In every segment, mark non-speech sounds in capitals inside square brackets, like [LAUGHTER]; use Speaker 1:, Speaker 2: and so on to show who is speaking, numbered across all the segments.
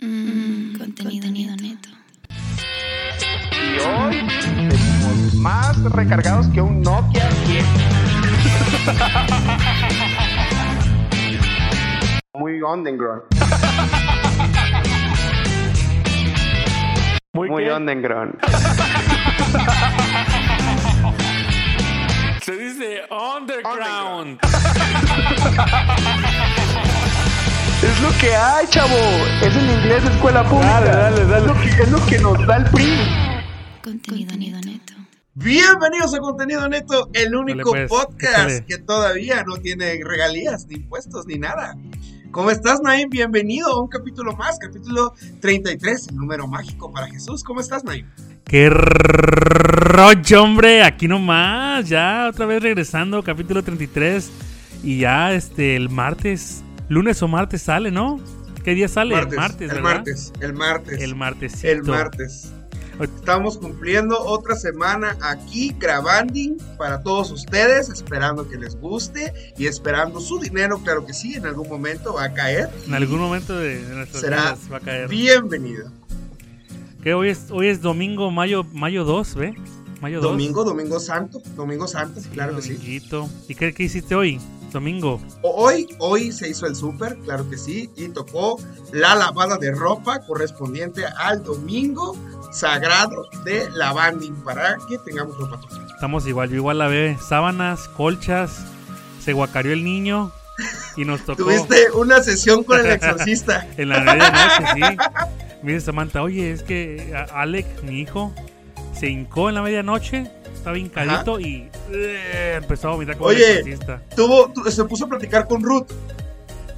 Speaker 1: Mm, Contenido, Contenido neto.
Speaker 2: Y hoy tenemos más recargados que un Nokia
Speaker 3: [LAUGHS]
Speaker 2: 10. Muy underground.
Speaker 4: Muy,
Speaker 2: Muy
Speaker 4: qué?
Speaker 2: underground.
Speaker 4: Se dice underground.
Speaker 2: Es lo que hay, chavo. Es en inglés escuela pública.
Speaker 4: Dale, dale, dale.
Speaker 2: Es lo que, es lo que nos da el PRI.
Speaker 1: Contenido, neto.
Speaker 3: Bienvenidos a Contenido Neto, el único
Speaker 4: Dale, pues,
Speaker 3: podcast
Speaker 4: échale.
Speaker 3: que todavía no tiene regalías, ni impuestos, ni nada. ¿Cómo estás, Naim? Bienvenido a un capítulo más, capítulo 33, el número mágico para Jesús. ¿Cómo estás, Naim?
Speaker 4: ¡Qué rollo, hombre! Aquí nomás, ya otra vez regresando, capítulo 33. Y ya este, el martes, lunes o martes sale, ¿no? ¿Qué día sale?
Speaker 3: Martes,
Speaker 4: martes,
Speaker 3: el
Speaker 4: ¿verdad?
Speaker 3: martes, el martes,
Speaker 4: El martes.
Speaker 3: el martes. Estamos cumpliendo otra semana aquí grabando para todos ustedes, esperando que les guste y esperando su dinero, claro que sí, en algún momento va a caer.
Speaker 4: En algún momento de, de nuestras
Speaker 3: Será
Speaker 4: vidas va a caer.
Speaker 3: Bienvenido.
Speaker 4: Que hoy es, hoy es domingo, mayo, mayo 2, ¿ve? Mayo 2.
Speaker 3: Domingo, Domingo Santo, Domingo Santo, claro que sí.
Speaker 4: Dominguito. ¿Y qué, qué hiciste hoy? Domingo.
Speaker 3: O- Hoy, hoy se hizo el súper, claro que sí, y tocó la lavada de ropa correspondiente al domingo sagrado de lavanding para que tengamos ropa toda.
Speaker 4: Estamos igual, yo igual la ve. Sábanas, colchas, se guacarió el niño y nos tocó
Speaker 3: Tuviste una sesión con el
Speaker 4: [LAUGHS]
Speaker 3: exorcista.
Speaker 4: en la medianoche, sí. Me dice Samantha, oye, es que a- Alec, mi hijo, se hincó en la medianoche, estaba hincadito y eh, empezó a vomitar como un
Speaker 3: Oye.
Speaker 4: exorcista
Speaker 3: Tuvo, tu- se puso a platicar con Ruth.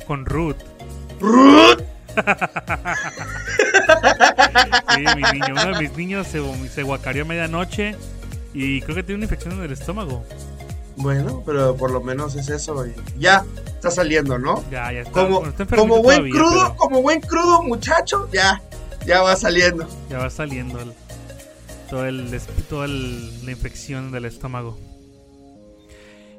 Speaker 4: con Ruth.
Speaker 3: ¡Ruth!
Speaker 4: Sí, mi niño, uno de mis niños se, vom- se guacarió a medianoche y creo que tiene una infección en el estómago.
Speaker 3: Bueno, pero por lo menos es eso. y ya está saliendo, ¿no?
Speaker 4: Ya, ya está.
Speaker 3: Como,
Speaker 4: bueno, está enfermito
Speaker 3: como buen
Speaker 4: todavía,
Speaker 3: crudo,
Speaker 4: pero
Speaker 3: como buen crudo muchacho, ya, ya va saliendo.
Speaker 4: Ya va saliendo el- todo el, des- toda el- la infección del estómago.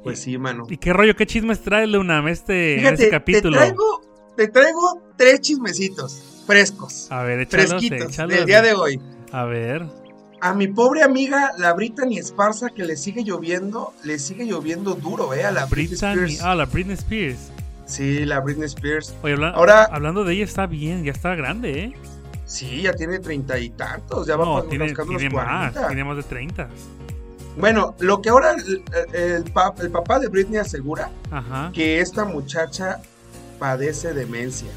Speaker 3: Pues sí, mano.
Speaker 4: ¿Y qué rollo, qué chismes trae Luna en este, en este capítulo?
Speaker 3: Te traigo, te traigo tres chismecitos frescos,
Speaker 4: a ver, Ah, échalos,
Speaker 3: fresquitos
Speaker 4: échalos.
Speaker 3: del día de hoy.
Speaker 4: A ver,
Speaker 3: A mi pobre amiga, la Brittany Esparza, que le sigue lloviendo, le sigue lloviendo duro, ¿eh? A la Britney
Speaker 4: Britney,
Speaker 3: Spears.
Speaker 4: ah, la Britney Spears.
Speaker 3: Sí, la Britney Spears.
Speaker 4: Oye, habla-
Speaker 3: Ahora-
Speaker 4: hablando de ella, está bien, ya está grande, ¿eh?
Speaker 3: Sí, ya tiene treinta y tantos, ya va
Speaker 4: No,
Speaker 3: pas-
Speaker 4: tiene,
Speaker 3: rascando
Speaker 4: tiene
Speaker 3: los
Speaker 4: más,
Speaker 3: 40.
Speaker 4: tiene más de 30.
Speaker 3: Bueno, lo que ahora el, el pa- el papá de Britney asegura,
Speaker 4: Ajá.
Speaker 3: que esta muchacha padece demencia.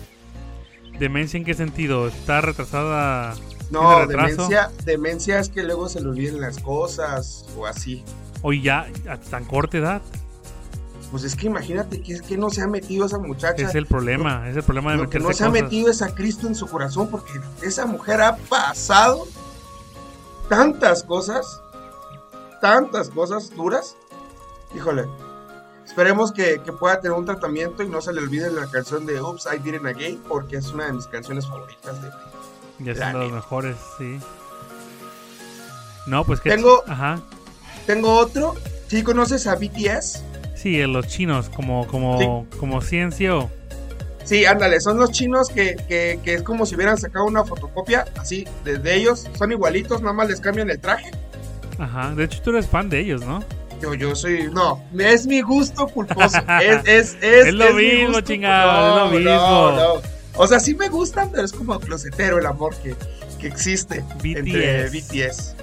Speaker 4: ¿Demencia en qué sentido? ¿Está retrasada?
Speaker 3: No,
Speaker 4: ¿Tiene retraso?
Speaker 3: demencia, demencia es que luego se le olviden las cosas o así.
Speaker 4: Hoy ya, a tan corta edad.
Speaker 3: Pues es que imagínate que es que no se ha metido esa muchacha.
Speaker 4: es el problema, es el problema de
Speaker 3: lo que
Speaker 4: meterse
Speaker 3: no se ha
Speaker 4: cosas.
Speaker 3: metido es a Cristo en su corazón, porque esa mujer ha pasado tantas cosas, tantas cosas duras. Híjole, esperemos que, que pueda tener un tratamiento y no se le olvide la canción de Oops, I Didn't Again, porque es una de mis canciones favoritas. De...
Speaker 4: Ya
Speaker 3: La
Speaker 4: son de los
Speaker 3: neta.
Speaker 4: mejores, sí. No, pues que.
Speaker 3: Tengo-
Speaker 4: Ajá.
Speaker 3: Tengo otro, si conoces a BTS?
Speaker 4: Sí, en los chinos, como, como, como ciencio.
Speaker 3: Sí, ándale, son los chinos que, que- que es como si hubieran sacado una fotocopia así de, de ellos, son igualitos, nada más les cambian el traje.
Speaker 4: Ajá. De hecho, tú eres fan de ellos, ¿no?
Speaker 3: Yo, yo soy, no, es mi gusto culposo. Es,
Speaker 4: [LAUGHS]
Speaker 3: es, es,
Speaker 4: Es lo
Speaker 3: mi
Speaker 4: mismo,
Speaker 3: gusto
Speaker 4: chingado,
Speaker 3: culposo.
Speaker 4: es lo mismo.
Speaker 3: O sea, sí me gustan, pero es como closetero el amor que, que existe entre BTS.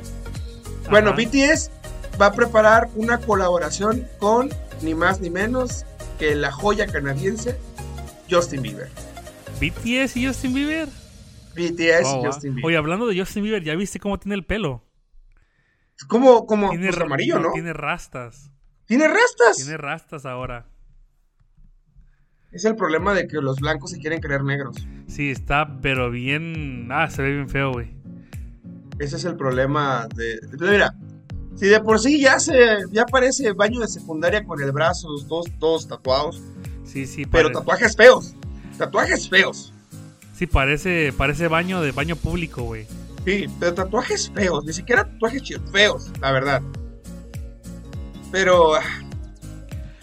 Speaker 3: Bueno,
Speaker 4: Ajá.
Speaker 3: BTS va a preparar una colaboración con ni más ni menos que la joya canadiense Justin Bieber.
Speaker 4: BTS y Justin Bieber.
Speaker 3: BTS
Speaker 4: Oh,
Speaker 3: y
Speaker 4: wow.
Speaker 3: Justin
Speaker 4: Oye,
Speaker 3: Bieber.
Speaker 4: hablando de Justin Bieber, ¿ya viste cómo tiene el pelo?
Speaker 3: Como, como
Speaker 4: tiene
Speaker 3: pues,
Speaker 4: ra-
Speaker 3: amarillo, ¿no? Tiene,
Speaker 4: Tiene rastas.
Speaker 3: rastas.
Speaker 4: Tiene rastas ahora.
Speaker 3: Es el problema de que los blancos se quieren creer negros.
Speaker 4: Sí, está, pero bien. Ah, se ve bien feo, güey.
Speaker 3: Ese es el problema de. de- Mira, si de por sí ya se ya parece baño de secundaria con el brazo, los dos, dos tatuados,
Speaker 4: Sí, sí,
Speaker 3: pero
Speaker 4: parece-
Speaker 3: tatuajes feos. Tatuajes feos.
Speaker 4: sí parece, parece baño de baño público, güey.
Speaker 3: Sí, pero tatuajes feos. Ni siquiera tatuajes chidos, feos, la verdad. Pero ah,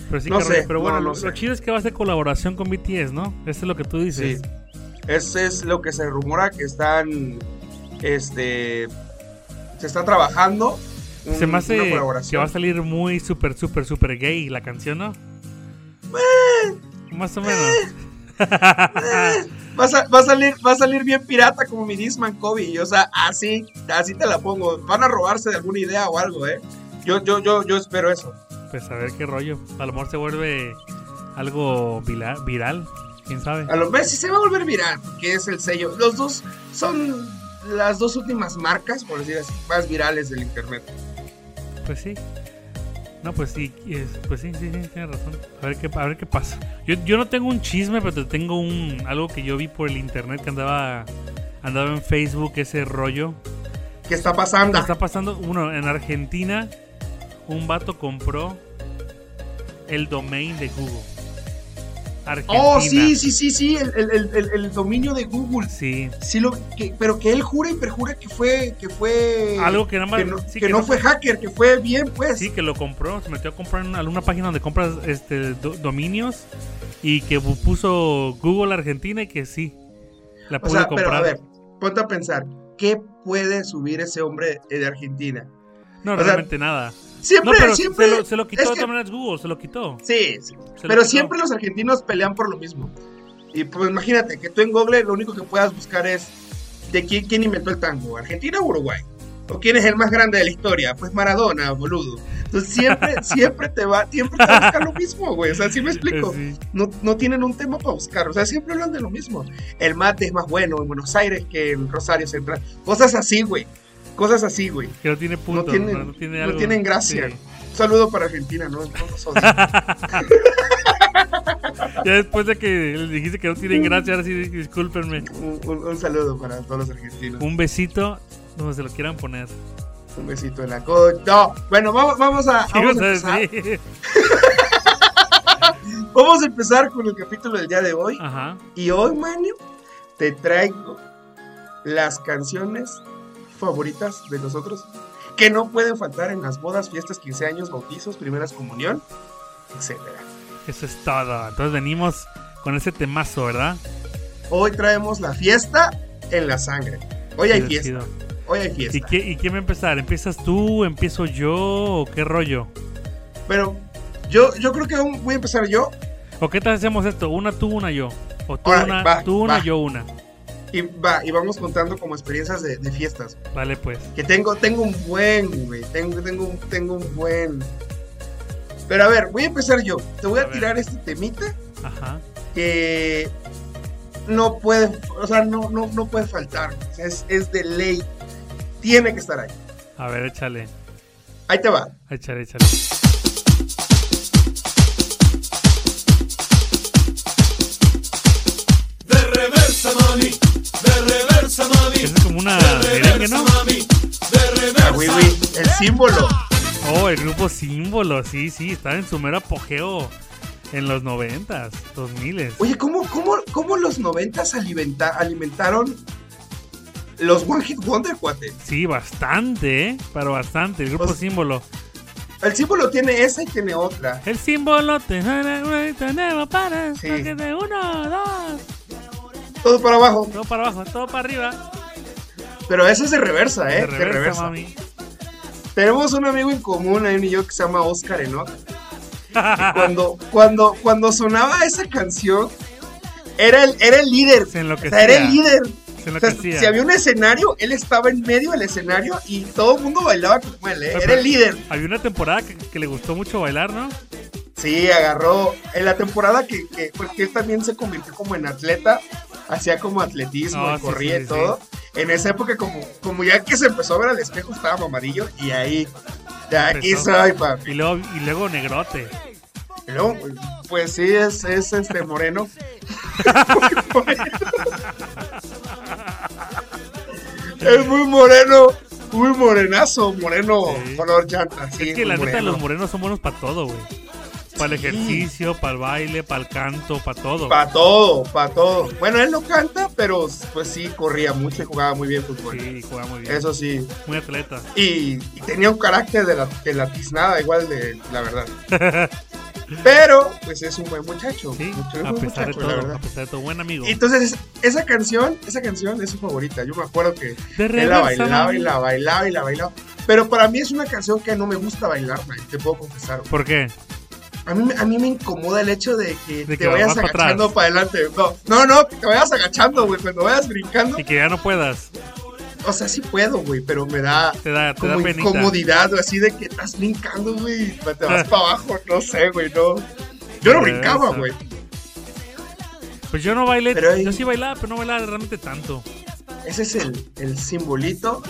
Speaker 4: Pero sí,
Speaker 3: No
Speaker 4: carnal,
Speaker 3: sé,
Speaker 4: pero bueno,
Speaker 3: no, no
Speaker 4: lo,
Speaker 3: sé.
Speaker 4: lo chido es que va a ser colaboración con BTS, ¿no? Eso es lo que tú dices.
Speaker 3: Sí. Eso es lo que se rumora que están. Este. Se está trabajando. un-
Speaker 4: Se me hace
Speaker 3: una
Speaker 4: que va a
Speaker 3: colaboración.
Speaker 4: salir muy súper, súper, súper gay la canción, ¿no? Más o menos. [LAUGHS]
Speaker 3: Va a, sa- va a salir, va a salir bien pirata como mi Disman Kobe. O sea, así, así te la pongo. Van a robarse de alguna idea o algo, eh. Yo, yo, yo, yo espero eso.
Speaker 4: pues a ver qué rollo. A lo mejor se vuelve algo vila- viral. ¿Quién sabe?
Speaker 3: A los Messi se va a volver viral, que es el sello. Los dos son las dos últimas marcas, por decir así, más virales del internet.
Speaker 4: Pues sí. No, pues sí, es- pues sí, sí, sí, tienes razón. A ver qué, a ver qué pasa. Yo, yo no tengo un chisme, pero te tengo un algo que yo vi por el internet que andaba andaba en Facebook ese rollo.
Speaker 3: ¿Qué está pasando?
Speaker 4: Está pasando uno en Argentina un vato compró el domain de Google. Argentina.
Speaker 3: Oh, sí, sí, sí, sí, el, el- el- el- el dominio de Google.
Speaker 4: Sí.
Speaker 3: Sí, lo, que- pero que él jura y perjura que fue, que fue,
Speaker 4: Algo que nada más
Speaker 3: que no,
Speaker 4: sí,
Speaker 3: que no fue hacker, que fue bien, pues.
Speaker 4: Sí, que lo compró, se metió a comprar en una, alguna página donde compras este do- dominios y que bu- puso Google Argentina y que sí. La
Speaker 3: o
Speaker 4: pudo
Speaker 3: sea, pero
Speaker 4: comprar.
Speaker 3: a ver, ponte a pensar, ¿qué puede subir ese hombre de Argentina?
Speaker 4: no,
Speaker 3: o sea,
Speaker 4: realmente nada.
Speaker 3: Siempre,
Speaker 4: no, pero
Speaker 3: siempre.
Speaker 4: se, lo, se lo quitó
Speaker 3: es
Speaker 4: de
Speaker 3: que-
Speaker 4: todas maneras Google, se lo quitó.
Speaker 3: Sí, sí.
Speaker 4: se lo
Speaker 3: Pero
Speaker 4: quitó.
Speaker 3: siempre los argentinos pelean por lo mismo. Y pues imagínate que tú en Google lo único que puedas buscar es de quién, quién inventó el tango, Argentina o Uruguay. O quién es el más grande de la historia, pues Maradona, boludo. Entonces siempre, [LAUGHS] siempre te va, siempre te va a buscar lo mismo, güey. O sea, ¿sí me explico.
Speaker 4: Eh, Sí.
Speaker 3: No, no tienen un tema para buscar, o sea, siempre hablan de lo mismo. El mate es más bueno en Buenos Aires que en Rosario Central. Cosas así, güey. Cosas así, güey.
Speaker 4: Que no tiene punto, no
Speaker 3: tienen-
Speaker 4: no tiene
Speaker 3: no
Speaker 4: algo.
Speaker 3: tienen gracia.
Speaker 4: Sí.
Speaker 3: Un saludo para Argentina, no, no nos odien.
Speaker 4: Ya después de que les dijiste que no tienen gracia, ahora sí dis- discúlpenme.
Speaker 3: Un, un- un saludo para todos los argentinos.
Speaker 4: Un besito donde se lo quieran poner.
Speaker 3: Un besito en la coche. No, bueno, vamos, vamos a,
Speaker 4: [LAUGHS] ¿Qué
Speaker 3: vamos,
Speaker 4: ibas
Speaker 3: a
Speaker 4: a
Speaker 3: empezar,
Speaker 4: decir?
Speaker 3: vamos a empezar con el capítulo del día de hoy.
Speaker 4: Ajá.
Speaker 3: Y hoy, Maño, te traigo las canciones favoritas de nosotros que no pueden faltar en las bodas, fiestas, 15 años, bautizos, primeras comunión, etcétera.
Speaker 4: Eso es todo. Entonces venimos con ese temazo, ¿verdad?
Speaker 3: Hoy traemos la fiesta en la sangre. Hoy hay
Speaker 4: Qué
Speaker 3: fiesta,
Speaker 4: chido.
Speaker 3: hoy hay
Speaker 4: ¿Y,
Speaker 3: fiesta.
Speaker 4: qué, ¿Y quién va a empezar? ¿Empiezas tú? ¿Empiezo yo? ¿O qué rollo?
Speaker 3: Pero yo, yo creo que aún voy a empezar yo
Speaker 4: ¿O qué tal hacemos esto? ¿Una tú, una yo? ¿O tú
Speaker 3: Órale,
Speaker 4: una,
Speaker 3: va,
Speaker 4: tú una,
Speaker 3: va.
Speaker 4: yo una?
Speaker 3: y, va, y vamos contando como experiencias de- de fiestas.
Speaker 4: Vale, pues.
Speaker 3: Que tengo, tengo un buen, güey. Tengo, tengo, un- tengo un buen. Pero a ver, voy a empezar yo. Te voy
Speaker 4: A
Speaker 3: a,
Speaker 4: ver.
Speaker 3: tirar este temita
Speaker 4: Ajá.
Speaker 3: que no puede, o sea, no, no, no puede faltar. O sea, es, es de ley. Tiene que estar ahí.
Speaker 4: A ver, échale.
Speaker 3: Ahí te va.
Speaker 4: Échale, échale.
Speaker 5: De reversa, mami. De reversa, mami.
Speaker 4: Eso es
Speaker 3: [LAUGHS]
Speaker 4: como una
Speaker 5: De
Speaker 4: merengue,
Speaker 5: reversa,
Speaker 4: ¿no?
Speaker 5: mami. De
Speaker 3: Ah, güey, güey,
Speaker 5: reversa.
Speaker 3: El símbolo.
Speaker 4: Oh, el grupo símbolo. Sí, sí. Estaba en su mero apogeo en los noventas, dos miles.
Speaker 3: Oye, ¿cómo, cómo, cómo los noventas alimenta- alimentaron los One Hit Wonder, cuate?
Speaker 4: Sí, bastante, ¿eh? Pero bastante. El grupo
Speaker 3: Pues-
Speaker 4: símbolo.
Speaker 3: El símbolo tiene esa y tiene otra.
Speaker 4: El símbolo te... Tenemos para...
Speaker 3: Sí.
Speaker 4: porque de Uno, dos...
Speaker 3: Todo para abajo.
Speaker 4: Todo para abajo, todo para arriba.
Speaker 3: Pero esa es de reversa, ¿eh?
Speaker 4: de reversa,
Speaker 3: reversa.
Speaker 4: mami.
Speaker 3: Tenemos un amigo en común, ahí y yo, que se llama Oscar Enoch. Y Cuando, cuando, cuando sonaba esa canción, era el, era el líder.
Speaker 4: Se
Speaker 3: O
Speaker 4: enloquecía.
Speaker 3: sea, era el líder.
Speaker 4: Se
Speaker 3: O sea,
Speaker 4: enloquecía.
Speaker 3: si había un escenario, él estaba en medio del escenario y todo el mundo bailaba como él. ¿eh?
Speaker 4: Oye,
Speaker 3: Era
Speaker 4: pero-
Speaker 3: el líder.
Speaker 4: Había una temporada que, que le gustó mucho bailar, ¿no?
Speaker 3: Sí, agarró. En la temporada que, que- porque él también se convirtió como en atleta, hacía como atletismo,
Speaker 4: Ah,
Speaker 3: y
Speaker 4: sí,
Speaker 3: corría
Speaker 4: sí,
Speaker 3: y
Speaker 4: sí.
Speaker 3: todo. En esa época, como, como ya que se empezó a ver al espejo, estaba mamadillo y ahí, de aquí
Speaker 4: Empezó.
Speaker 3: soy, papi.
Speaker 4: Y luego, y luego negrote.
Speaker 3: No, pues sí, es, es este moreno. es muy moreno, muy morenazo, moreno
Speaker 4: Sí.
Speaker 3: color llanta. Sí,
Speaker 4: es que la
Speaker 3: muy
Speaker 4: neta,
Speaker 3: moreno.
Speaker 4: los morenos son buenos para todo, güey. Para el
Speaker 3: Sí.
Speaker 4: ejercicio, para el baile, para el canto, para todo.
Speaker 3: Pa' todo, pa' todo. Bueno, él no canta, pero pues sí, corría mucho y jugaba muy bien fútbol.
Speaker 4: Sí, juega muy bien.
Speaker 3: Eso sí.
Speaker 4: Muy atleta. [LAUGHS]
Speaker 3: Y, y tenía un carácter de la, de la tiznada, igual de la verdad. Pero, pues es un buen muchacho.
Speaker 4: Sí,
Speaker 3: mucho- es
Speaker 4: a
Speaker 3: un
Speaker 4: pesar de
Speaker 3: muchacho, la
Speaker 4: todo, a
Speaker 3: verdad.
Speaker 4: pesar de todo, buen amigo.
Speaker 3: Y Entonces, esa canción, esa canción es su favorita. Yo me acuerdo que
Speaker 4: De
Speaker 3: él la
Speaker 4: reversa,
Speaker 3: bailaba y
Speaker 4: mami.
Speaker 3: la bailaba y la bailaba. Pero para mí es una canción que no me gusta bailar, güey, te puedo confesar. güey.
Speaker 4: ¿Por qué?
Speaker 3: A mí, a mí me incomoda el hecho de que
Speaker 4: De
Speaker 3: te
Speaker 4: que vas
Speaker 3: vayas
Speaker 4: para atrás.
Speaker 3: agachando para adelante. No, no, no, que te vayas agachando, güey. Cuando vayas brincando.
Speaker 4: Y que ya no puedas.
Speaker 3: O sea, sí puedo, güey, pero me da
Speaker 4: Te da, te da
Speaker 3: como
Speaker 4: penita.
Speaker 3: incomodidad, güey, así de que estás brincando, güey, y te vas para abajo, no sé, güey, no. Yo no
Speaker 4: Ah. Regresa.
Speaker 3: brincaba, güey.
Speaker 4: Pues yo no bailé.
Speaker 3: Pero ahí-
Speaker 4: Yo sí bailaba, pero no bailaba realmente tanto.
Speaker 3: Ese es el, el simbolito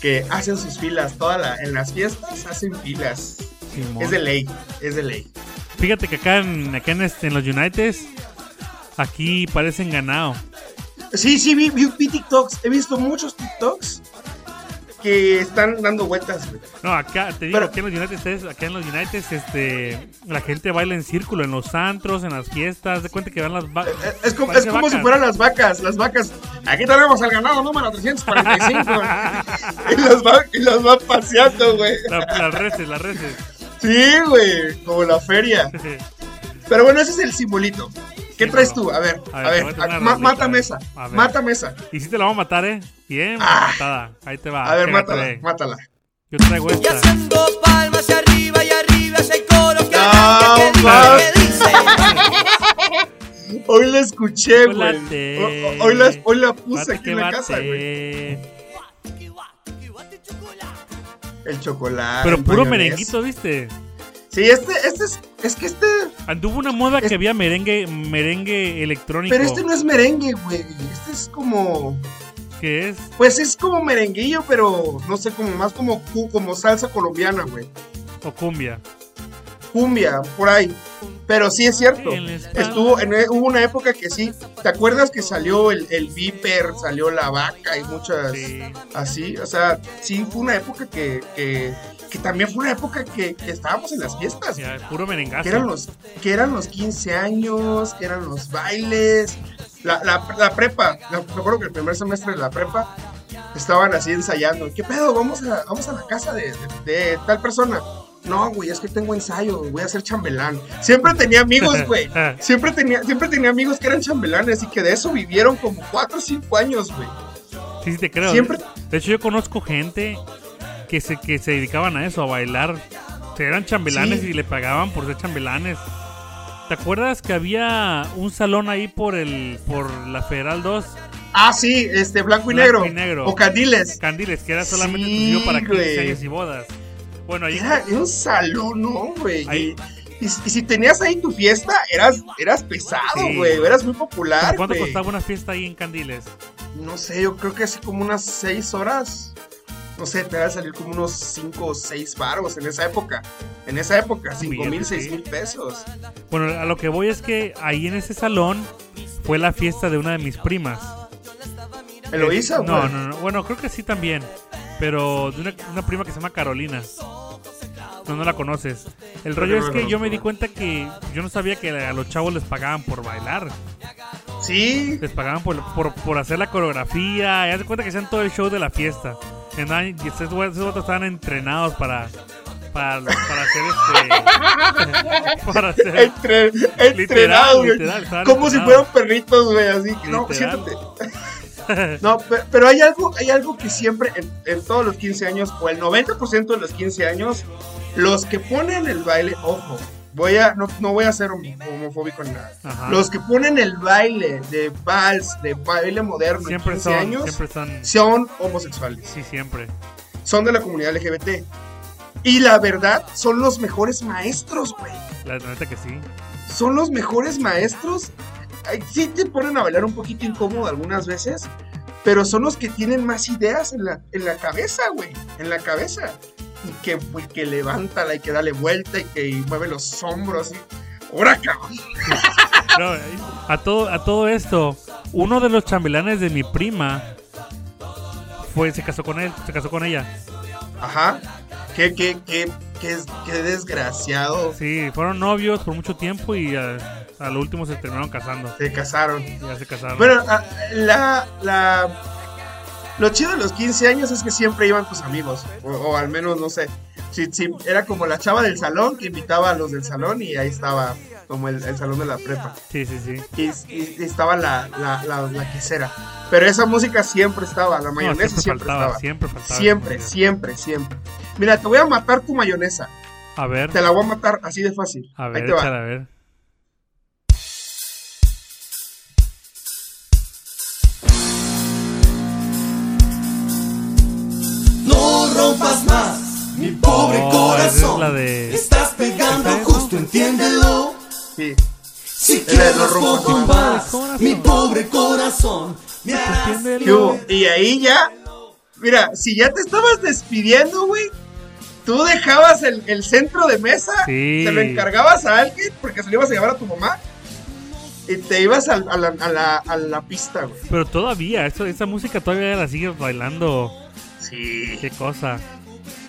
Speaker 3: que hacen sus filas. Toda la- en las fiestas hacen filas.
Speaker 4: Simón.
Speaker 3: Es de ley, es de ley.
Speaker 4: Fíjate que acá en, acá en, este- en los Uniteds, aquí parecen ganado.
Speaker 3: Sí, sí, vi, vi, vi TikToks. He visto muchos TikToks que están dando vueltas, güey.
Speaker 4: No, acá, te digo,
Speaker 3: Pero-
Speaker 4: acá en los Uniteds, es- acá en los Uniteds, este, la gente baila en círculo, en los antros, en las fiestas, de cuenta que van las... va-
Speaker 3: Eh, Es como, es
Speaker 4: parece
Speaker 3: como si
Speaker 4: vacas. [LAUGHS]
Speaker 3: fueran las vacas, las vacas. Aquí tenemos al ganado número 345.
Speaker 4: [LAUGHS]
Speaker 3: y, los va, y los va paseando, güey.
Speaker 4: La- las reces, las reces.
Speaker 3: Sí, güey, como la feria. Pero bueno, ese es el simbolito. ¿Qué
Speaker 4: Sí,
Speaker 3: traes
Speaker 4: no.
Speaker 3: tú? A ver,
Speaker 4: A
Speaker 3: a
Speaker 4: ver,
Speaker 3: ver,
Speaker 4: te voy a tener una
Speaker 3: ma-
Speaker 4: rolita, a
Speaker 3: mata
Speaker 4: ver.
Speaker 3: mesa,
Speaker 4: A ver.
Speaker 3: mata mesa.
Speaker 4: Y si te la vamos a matar, ¿eh? Bien,
Speaker 3: Ah.
Speaker 4: matada. Ahí te va.
Speaker 3: A ver,
Speaker 4: Pégate.
Speaker 3: mátala, mátala.
Speaker 4: Yo traigo
Speaker 6: Y
Speaker 4: esta.
Speaker 6: haciendo palmas hacia arriba y arriba hacia el coro que
Speaker 3: No,
Speaker 6: arranca, que
Speaker 3: ma.
Speaker 6: dice, que dice.
Speaker 3: Hoy la escuché, güey.
Speaker 4: Chocolate.
Speaker 3: O- o- Hoy la, hoy la puse
Speaker 4: Bate
Speaker 3: aquí
Speaker 4: que
Speaker 3: en la
Speaker 4: bate.
Speaker 3: casa, güey. El chocolate.
Speaker 4: Pero
Speaker 3: Ah, el
Speaker 4: puro
Speaker 3: mayonesa.
Speaker 4: merenguito, ¿viste?
Speaker 3: Sí, este, este es, es que este,
Speaker 4: Anduvo una moda
Speaker 3: Es-
Speaker 4: que había merengue merengue electrónico.
Speaker 3: pero este no es merengue, güey. Este es como,
Speaker 4: ¿Qué es?
Speaker 3: pues es como merenguillo, pero no sé, como más como, cu- como salsa colombiana, güey.
Speaker 4: O cumbia.
Speaker 3: cumbia, por ahí. Pero sí es cierto. Estuvo en, e, hubo una época que sí. ¿Te acuerdas que salió el, el Viper, salió la vaca y muchas
Speaker 4: Sí.
Speaker 3: así? O sea, sí fue una época que, que, que también fue una época que, que estábamos en las fiestas.
Speaker 4: Ya, puro
Speaker 3: Que eran
Speaker 4: merengazo.
Speaker 3: los, que eran los 15 años, que eran los bailes. La, la, la prepa, la- me acuerdo que el primer semestre de la prepa estaban así ensayando. ¿Qué pedo? Vamos a, vamos a la casa de, de- de tal persona. No, güey, es que tengo ensayo, voy a ser chambelán. Siempre tenía amigos,
Speaker 4: [LAUGHS]
Speaker 3: güey. Siempre tenía, siempre tenía amigos que eran chambelanes y que de eso vivieron como 4 o 5 años, güey.
Speaker 4: Sí, sí, te creo.
Speaker 3: Siempre-
Speaker 4: De hecho, yo conozco gente que se, que se dedicaban a eso, a bailar. O sea, eran chambelanes
Speaker 3: Sí.
Speaker 4: y le pagaban por ser chambelanes. ¿Te acuerdas que había un salón ahí por el por la Federal 2?
Speaker 3: Ah, sí, este, blanco y,
Speaker 4: Blanco
Speaker 3: negro,
Speaker 4: y negro.
Speaker 3: O candiles.
Speaker 4: Candiles, que era solamente
Speaker 3: Sí,
Speaker 4: exclusivo para 15
Speaker 3: güey.
Speaker 4: años y bodas. Bueno, ahí
Speaker 3: Era, era un salón, ¿no, güey?
Speaker 4: Ahí.
Speaker 3: Y, y si tenías ahí tu fiesta, eras, eras pesado,
Speaker 4: Sí.
Speaker 3: güey. Eras muy popular,
Speaker 4: ¿Cuánto
Speaker 3: güey.
Speaker 4: costaba una fiesta ahí en Candiles?
Speaker 3: No sé, yo creo que así como unas seis horas. No sé, te van a salir como unos cinco o seis baros en esa época. En esa época, cinco
Speaker 4: billete,
Speaker 3: mil,
Speaker 4: Ah, sí.
Speaker 3: seis mil pesos.
Speaker 4: Bueno, a lo que voy es que ahí en ese salón fue la fiesta de una de mis primas.
Speaker 3: ¿Me lo hizo,
Speaker 4: Eh,
Speaker 3: pues?
Speaker 4: No,
Speaker 3: güey?
Speaker 4: no, no. Bueno, creo que sí también. Pero de una, una prima que se llama Carolina. No, no la conoces. El rollo
Speaker 3: no
Speaker 4: es
Speaker 3: la
Speaker 4: que yo
Speaker 3: conozco,
Speaker 4: me di
Speaker 3: güey.
Speaker 4: cuenta que yo no sabía que a los chavos les pagaban por bailar. [LAUGHS]
Speaker 3: Sí,
Speaker 4: Les pagaban por, por, por hacer la coreografía. Y haz de cuenta que hacían todo el show de la fiesta. Andaban- y Esos güey- esos vatos estaban entrenados para, para, para hacer este. [LAUGHS] para hacer.
Speaker 3: entre, entrenado, güey.
Speaker 4: literal, estaban
Speaker 3: Como si
Speaker 4: entrenados.
Speaker 3: fueran perritos, güey, así que no,
Speaker 4: Literal.
Speaker 3: siéntate.
Speaker 4: [LAUGHS]
Speaker 3: No, pe- pero, hay algo, hay algo que siempre en, en todos los 15 años, o el 90% de los 15 años, los que ponen el baile, ojo, voy a, no, no voy a ser homo- homofóbico ni nada.
Speaker 4: Ajá.
Speaker 3: Los que ponen el baile de vals, de baile moderno
Speaker 4: Siempre
Speaker 3: en 15
Speaker 4: son.
Speaker 3: años,
Speaker 4: Siempre son.
Speaker 3: son homosexuales,
Speaker 4: Sí, siempre.
Speaker 3: son de la comunidad LGBT. Y la verdad, son los mejores maestros, güey
Speaker 4: La neta que sí.
Speaker 3: son los mejores maestros. Ay, Sí te ponen a bailar un poquito incómodo algunas veces, pero son los que tienen más ideas en la, en la cabeza, güey. En la cabeza. Y que, pues, que levántala y que dale vuelta y que y mueve los hombros. Y... ¡Ahora, cabrón!
Speaker 4: No, eh, a todo a todo esto, uno de los chambelanes de mi prima fue se casó con él, se casó con ella.
Speaker 3: Ajá. Qué, qué, qué, qué, es- qué desgraciado.
Speaker 4: Sí, fueron novios por mucho tiempo y eh, a, lo último se terminaron casando.
Speaker 3: Se casaron.
Speaker 4: Ya se casaron.
Speaker 3: Bueno, a- la, la... Lo chido de los 15 años es que siempre iban tus amigos, o, o al menos, no sé. Sí, sí, era como la chava del salón que invitaba a los del salón y ahí estaba como el, el salón de la prepa.
Speaker 4: Sí, sí, sí.
Speaker 3: Y, y- y estaba la, la, la, la quesera. Pero esa música siempre estaba, la
Speaker 4: No,
Speaker 3: mayonesa siempre,
Speaker 4: faltaba,
Speaker 3: estaba.
Speaker 4: siempre faltaba.
Speaker 3: Siempre, siempre, siempre. Mira, te voy a matar tu mayonesa.
Speaker 4: A ver,
Speaker 3: Te la voy a matar así de fácil.
Speaker 4: a
Speaker 3: ahí
Speaker 4: ver,
Speaker 3: te va.
Speaker 4: échala, a ver.
Speaker 5: No rompas más, mi pobre
Speaker 4: Oh, esa es
Speaker 5: corazón.
Speaker 4: la de-
Speaker 5: Estás pegando justo, entiéndelo.
Speaker 3: Sí.
Speaker 5: Si
Speaker 3: la de
Speaker 5: quieres
Speaker 3: los rombos,
Speaker 5: poco
Speaker 3: ¿no?
Speaker 5: más,
Speaker 4: Corazón.
Speaker 5: mi pobre corazón. Me harás
Speaker 3: ¿Qué hubo? Y ahí ya. Mira, si ya te estabas despidiendo, güey. Tú dejabas el, el centro de mesa.
Speaker 4: Sí.
Speaker 3: Se lo encargabas a alguien porque se lo ibas a llevar a tu mamá. Y te ibas al- a, la, a la- a la pista, güey.
Speaker 4: Pero todavía, eso, esa música todavía la sigue bailando.
Speaker 3: Sí.
Speaker 4: Qué cosa.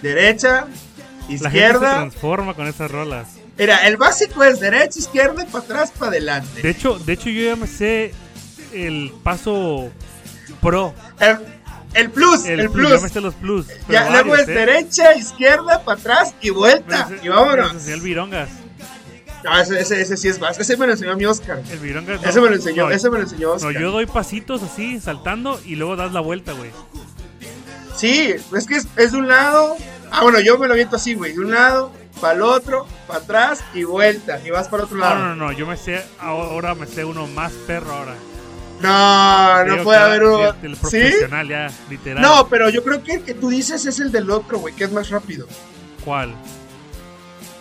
Speaker 3: Derecha,
Speaker 4: La gente se
Speaker 3: izquierda.
Speaker 4: transforma con esas rolas.
Speaker 3: Mira, el básico es derecha, izquierda, para atrás, para adelante.
Speaker 4: De hecho, de hecho yo ya me sé el paso pro.
Speaker 3: El, el plus, el,
Speaker 4: El, plus.
Speaker 3: plus.
Speaker 4: Ya me sé los plus. pero
Speaker 3: Ya, luego
Speaker 4: varios,
Speaker 3: es
Speaker 4: ¿eh?
Speaker 3: derecha, izquierda, para atrás y
Speaker 4: Me
Speaker 3: vuelta.
Speaker 4: lo sé-
Speaker 3: Y
Speaker 4: me lo
Speaker 3: vámonos.
Speaker 4: enseñó el Virongas.
Speaker 3: Ah, ese, ese, ese sí es más. Ese me lo enseñó mi Oscar.
Speaker 4: El Virongas. no-
Speaker 3: Ese me lo enseñó,
Speaker 4: no,
Speaker 3: ese me lo enseñó
Speaker 4: No,
Speaker 3: Oscar.
Speaker 4: yo doy pasitos así, saltando, y luego das la vuelta, güey.
Speaker 3: Sí, es que es, es de un lado. Ah, bueno, yo me lo viento así, güey. De un lado, para el otro, para atrás y vuelta. Y vas para otro
Speaker 4: No, no,
Speaker 3: lado.
Speaker 4: no, no, yo me sé, ahora me sé uno más perro ahora.
Speaker 3: No, no,
Speaker 4: Digo,
Speaker 3: puede
Speaker 4: claro,
Speaker 3: haber uno.
Speaker 4: El, el
Speaker 3: ¿Sí?
Speaker 4: profesional ya, literal.
Speaker 3: No, pero yo creo que el que tú dices es el del otro, güey, que es más rápido.
Speaker 4: ¿Cuál?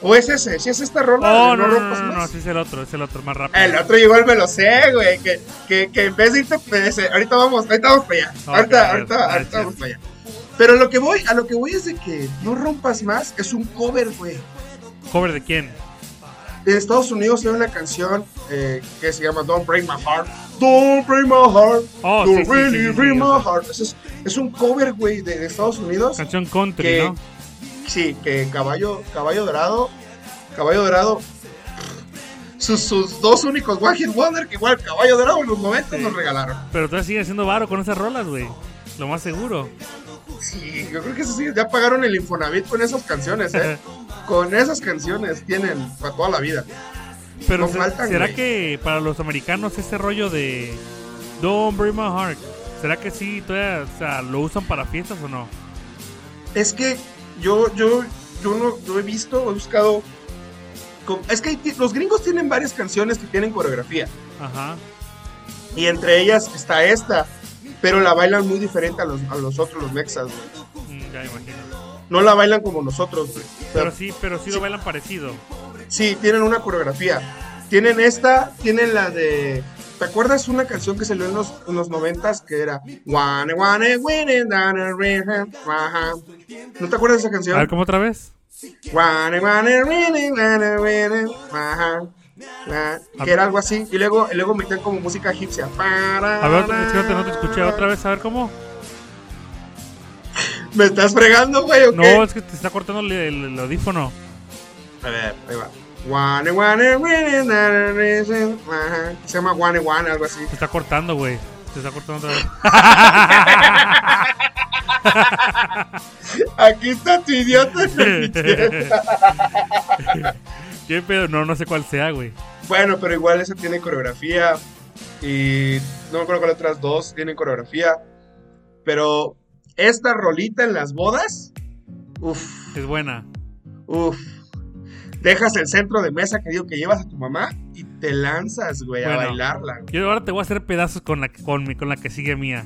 Speaker 3: O es ese, si es esta rola,
Speaker 4: Oh,
Speaker 3: de
Speaker 4: no, no, no,
Speaker 3: rompas
Speaker 4: no, no,
Speaker 3: más.
Speaker 4: sí es el otro, es el otro, más rápido.
Speaker 3: El otro igual me lo sé, güey. Que, que, que en vez de irte, pues, dice, ahorita vamos, ahorita vamos para allá.
Speaker 4: Ok,
Speaker 3: ahorita,
Speaker 4: a ver,
Speaker 3: ahorita, ahorita
Speaker 4: gracias.
Speaker 3: vamos para allá. Pero lo que voy, a lo que voy es de que no rompas más, es un cover, güey.
Speaker 4: ¿Cover de quién?
Speaker 3: En Estados Unidos hay una canción eh, que se llama Don't Break My Heart. Don't Break My Heart.
Speaker 4: Oh,
Speaker 3: Don't
Speaker 4: sí, sí,
Speaker 3: Really
Speaker 4: sí, sí, sí,
Speaker 3: Break
Speaker 4: o
Speaker 3: My
Speaker 4: sea.
Speaker 3: Heart. Eso Es, es un cover, güey, de, de Estados Unidos.
Speaker 4: Canción country,
Speaker 3: que-
Speaker 4: ¿no?
Speaker 3: Sí, que Caballo, Caballo Dorado, Caballo Dorado, sus, sus dos únicos One Hit Wonder, que igual Caballo Dorado en los 90 nos regalaron.
Speaker 4: Pero todavía siguen siendo varo con esas rolas, güey. Lo más seguro.
Speaker 3: Sí, yo creo que eso sí, ya pagaron el Infonavit con esas canciones,
Speaker 4: [LAUGHS]
Speaker 3: ¿eh? con esas canciones tienen para toda la vida.
Speaker 4: Pero
Speaker 3: No
Speaker 4: se-
Speaker 3: faltan,
Speaker 4: ¿será
Speaker 3: güey.
Speaker 4: que para los americanos ese rollo de Don't Break My Heart, ¿será que sí todavía, o sea, lo usan para fiestas o no?
Speaker 3: Es que yo, yo, yo no yo he visto, he buscado. con- es que hay ti- los gringos tienen varias canciones que tienen coreografía.
Speaker 4: Ajá.
Speaker 3: Y entre ellas está esta. Pero la bailan muy diferente a los, a los otros, los mexas, güey.
Speaker 4: Mm, ya me imagino.
Speaker 3: No la bailan como nosotros, güey. O sea,
Speaker 4: Pero sí, pero sí,
Speaker 3: sí.
Speaker 4: lo bailan parecido.
Speaker 3: Sí, tienen una coreografía. Tienen esta, tienen la de. ¿Te acuerdas una canción que salió en los, en los noventas que era Wanna Wanna Winning down a rhythm, waha"? ¿No te acuerdas de esa
Speaker 4: A ver,
Speaker 3: canción?
Speaker 4: ¿cómo otra vez?
Speaker 3: Wanna Wanna Winning down a rhythm, waha, wa- Que era algo así. Y luego, y luego metían como música egipcia.
Speaker 4: A ver, otra- es que no te- no te
Speaker 3: Ah.
Speaker 4: escuché otra vez, a ver cómo.
Speaker 3: ¿Me estás fregando, güey? ¿o qué?
Speaker 4: No, es que te está cortando el, el- el audífono.
Speaker 3: A ver, ahí va. Wanna Wanna Winning down a rhythm, waha. Se llama Wanna Wanna, algo así.
Speaker 4: Te está cortando, güey. Te está cortando otra vez.
Speaker 3: Aquí está tu
Speaker 4: [LAUGHS]
Speaker 3: idiota.
Speaker 4: ¿Qué pedo? No, no sé cuál sea, güey.
Speaker 3: bueno, pero igual esa tiene coreografía. Y no me acuerdo cuáles otras dos tienen coreografía. Pero esta rolita en las bodas. Uf,
Speaker 4: Es buena.
Speaker 3: uf. Dejas el centro de mesa que digo que llevas a tu mamá y te lanzas, güey, a
Speaker 4: Bueno.
Speaker 3: bailarla.
Speaker 4: Yo ahora te voy a hacer pedazos con la, con mi, con la que sigue mía.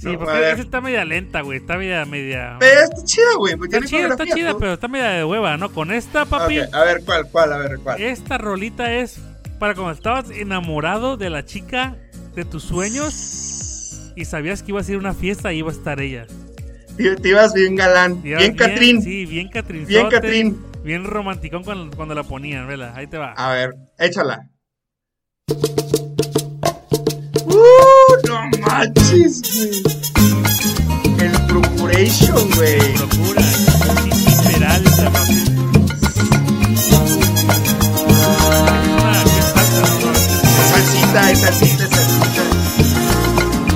Speaker 4: Sí,
Speaker 3: No, a
Speaker 4: porque
Speaker 3: ver.
Speaker 4: esa está media lenta, güey. Está media, media.
Speaker 3: Pero está chida, güey. pues
Speaker 4: Está
Speaker 3: tiene
Speaker 4: chida, está
Speaker 3: coreografía,
Speaker 4: chida,
Speaker 3: ¿no?
Speaker 4: pero está media de hueva, ¿no? Con esta, papi, Eh.
Speaker 3: Ok, a ver, ¿cuál, cuál? A ver, ¿cuál?
Speaker 4: esta rolita es para cuando estabas enamorado de la chica de tus sueños y sabías que ibas a ir a una fiesta y iba a estar ella.
Speaker 3: Te, te ibas bien galán.
Speaker 4: Y era
Speaker 3: bien, Catrín.
Speaker 4: Sí, bien Catrín.
Speaker 3: Bien Catrín.
Speaker 4: Bien romanticón cuando, cuando la ponían, ¿verdad? Ahí te va.
Speaker 3: A ver, échala. ¡Uh! ¡No manches, güey! El Procuration, güey.
Speaker 4: Procura. Chiqui Peralta, papi. Es una- qué salsa, ¿no?
Speaker 3: Es salsita, es salsita, es salsita.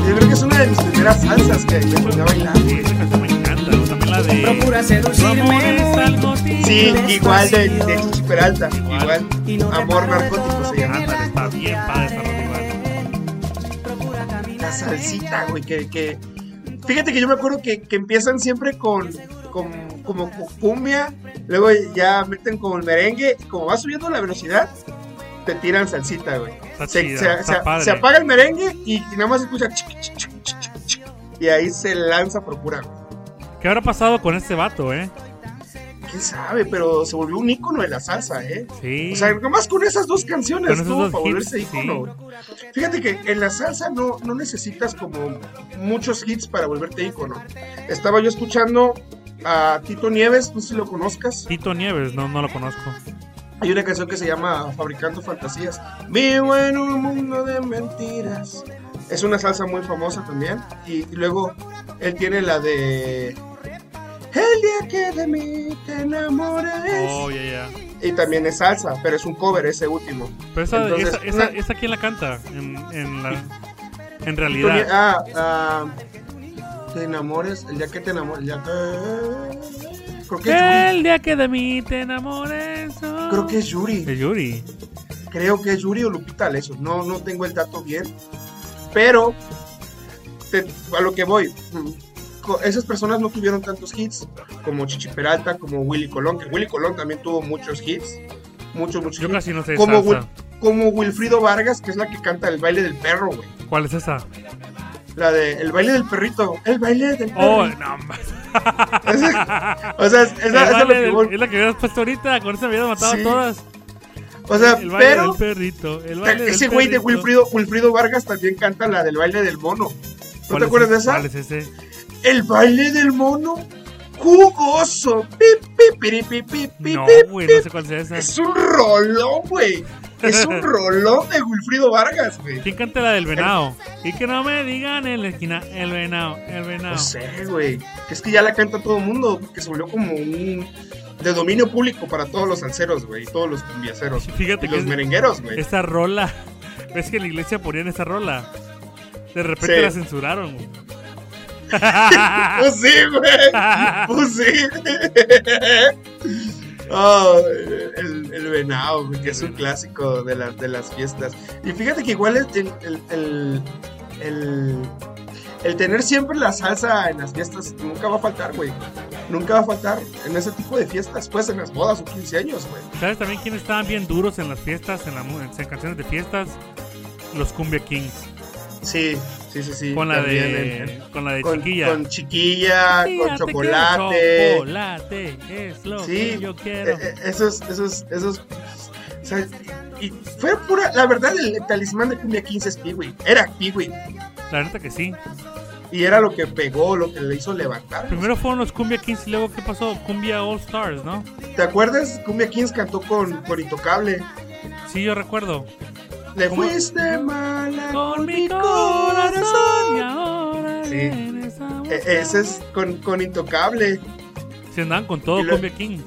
Speaker 3: Yo creo que es una de mis primeras salsas que me ponía a bailar.
Speaker 4: Sí, esa canción me encanta. ¿no? También la de.
Speaker 6: Procura
Speaker 4: Tu amor
Speaker 6: seducirme
Speaker 4: es al
Speaker 3: Sí,
Speaker 7: Despacito.
Speaker 3: igual de, de Chichi Peralta,
Speaker 4: Igual.
Speaker 3: igual.
Speaker 7: Y no
Speaker 3: Amor
Speaker 7: reparar
Speaker 3: narcótico
Speaker 7: todo
Speaker 3: se
Speaker 7: lo
Speaker 3: llama.
Speaker 7: que
Speaker 4: Ándale, está
Speaker 7: te
Speaker 4: bien padre esa rola igual.
Speaker 7: haré. Procura caminar
Speaker 3: La
Speaker 7: en
Speaker 3: salsita,
Speaker 7: ella.
Speaker 3: güey, que, que... Fíjate que yo me acuerdo que, que empiezan siempre con, con como cu- cumbia, luego ya meten como el merengue, y como va subiendo la velocidad, te tiran salsita, güey.
Speaker 4: Está
Speaker 3: Se,
Speaker 4: chida,
Speaker 3: se-
Speaker 4: está
Speaker 3: se-
Speaker 4: padre.
Speaker 3: se apaga el merengue y, y nada más se escucha... chic, chic, chic, chic, chic, chic, y ahí se lanza Procura, güey.
Speaker 4: ¿Qué habrá pasado con este vato, eh?
Speaker 3: ¿Quién sabe? Pero se volvió un ícono de la salsa, ¿eh?
Speaker 4: Sí.
Speaker 3: O sea, nomás con esas dos canciones
Speaker 4: Con esos
Speaker 3: estuvo
Speaker 4: dos
Speaker 3: para
Speaker 4: hits,
Speaker 3: volverse
Speaker 4: sí.
Speaker 3: ícono. Fíjate que en la salsa no, no necesitas como muchos hits para volverte ícono. Estaba yo escuchando a Tito Nieves, no sé si lo conozcas.
Speaker 4: Tito Nieves, no, no lo conozco.
Speaker 3: Hay una canción que se llama Fabricando Fantasías. Vivo en un mundo de mentiras. Es una salsa muy famosa también. Y, y luego él tiene la de... El día que de mí te enamores.
Speaker 4: Oh, ya, ya.
Speaker 3: Y también es salsa, pero es un cover ese último.
Speaker 4: Pero esa,
Speaker 3: Entonces,
Speaker 4: esa, esa,
Speaker 3: una-
Speaker 4: esa ¿quién la canta? En, en, la, en
Speaker 3: Tú ni-
Speaker 4: realidad.
Speaker 3: ah, ah, te enamores, el día que te enamores, el día que... Creo que es Yuri.
Speaker 4: El día que de mí te enamores. oh.
Speaker 3: Creo que es Yuri.
Speaker 4: Es Yuri.
Speaker 3: Creo que es Yuri o Lupita Alessio. No, no tengo el dato bien. Pero te- a lo que voy. mm, co- Esas personas no tuvieron tantos hits como Chichi Peralta, como Willy Colón, que Willy Colón también tuvo muchos hits. Muchos, muchos
Speaker 4: Yo
Speaker 3: hits.
Speaker 4: casi no sé de
Speaker 3: como,
Speaker 4: salsa.
Speaker 3: Wil- como Wilfrido Vargas, que es la que canta el baile del perro, güey.
Speaker 4: ¿Cuál es esa?
Speaker 3: La de el baile del perrito. El baile del perro.
Speaker 4: Oh, no. ma-
Speaker 3: o sea, es, es la- es a lo
Speaker 4: Vale,
Speaker 3: que
Speaker 4: el-
Speaker 3: voy.
Speaker 4: es la que habías puesto ahorita. Con esa me habías matado
Speaker 3: Sí.
Speaker 4: a todas.
Speaker 3: O sea,
Speaker 4: el baile
Speaker 3: pero
Speaker 4: del perrito. El
Speaker 3: ta-
Speaker 4: baile del
Speaker 3: ese güey de
Speaker 4: perrito.
Speaker 3: Wilfrido, Wilfrido Vargas también canta la del baile del mono. ¿No
Speaker 4: ¿Cuál
Speaker 3: te
Speaker 4: es
Speaker 3: acuerdas de
Speaker 4: ese?
Speaker 3: esa?
Speaker 4: ¿Cuál es ese?
Speaker 3: El baile del mono jugoso. Pi, pi, piri, pi, pi, pi,
Speaker 4: No,
Speaker 3: pi,
Speaker 4: güey,
Speaker 3: pi.
Speaker 4: no sé cuál es esa.
Speaker 3: Es un rolón, güey. Es un rolón de Wilfrido Vargas, güey.
Speaker 4: ¿Quién canta la del venado? Y que no me digan en la esquina, el venado, el venado.
Speaker 3: No sé, güey. Es que ya la canta todo el mundo, porque se volvió como un de dominio público para todos los salseros, güey, y todos los cumbiaceros.
Speaker 4: Fíjate
Speaker 3: Y
Speaker 4: que
Speaker 3: los
Speaker 4: es-
Speaker 3: merengueros, güey.
Speaker 4: [LAUGHS] Esa rola. ¿Ves que en la iglesia ponían esa rola? De repente
Speaker 3: Sí.
Speaker 4: la censuraron. güey.
Speaker 3: Pues sí,
Speaker 4: [LAUGHS]
Speaker 3: güey. Pues sí. [LAUGHS] Oh, el, el venado, güey, que es un clásico de, las de las fiestas. Y fíjate que igual el, el, el, el- el tener siempre la salsa en las fiestas nunca va a faltar, güey. Nunca va a faltar en ese tipo de fiestas, pues en las bodas o 15 años, güey.
Speaker 4: ¿Sabes también quiénes estaban bien duros en las fiestas, en, la mu- en canciones de fiestas? Los Cumbia Kings.
Speaker 3: Sí, sí, sí, sí.
Speaker 4: Con la
Speaker 3: también
Speaker 4: de,
Speaker 3: en- en-
Speaker 4: con la de
Speaker 3: con
Speaker 4: Chiquilla.
Speaker 3: Con chiquilla, con
Speaker 4: Chiquilla, te quiero,
Speaker 3: chocolate.
Speaker 4: Chocolate es lo
Speaker 3: Sí,
Speaker 4: que yo
Speaker 3: Eh,
Speaker 4: quiero.
Speaker 3: eh, esos, esos, esos. o sea, y fue pura. La verdad, el talismán de Cumbia 15 es Peewee. Era Peewee.
Speaker 4: La neta que sí.
Speaker 3: Y era lo que pegó, lo que le hizo levantar.
Speaker 4: Primero fueron los Cumbia Kings y luego, ¿qué pasó? Cumbia All Stars, ¿no?
Speaker 3: ¿Te acuerdas? Cumbia 15 cantó con, con Intocable.
Speaker 4: Sí, yo recuerdo.
Speaker 3: Le
Speaker 4: ¿Cómo?
Speaker 3: fuiste mala
Speaker 4: Con mi corazón y ahora
Speaker 3: Sí.
Speaker 4: vienes a
Speaker 3: E- ese es con, con Intocable.
Speaker 4: Se andaban con todo
Speaker 3: Y lo-
Speaker 4: Cumbia King.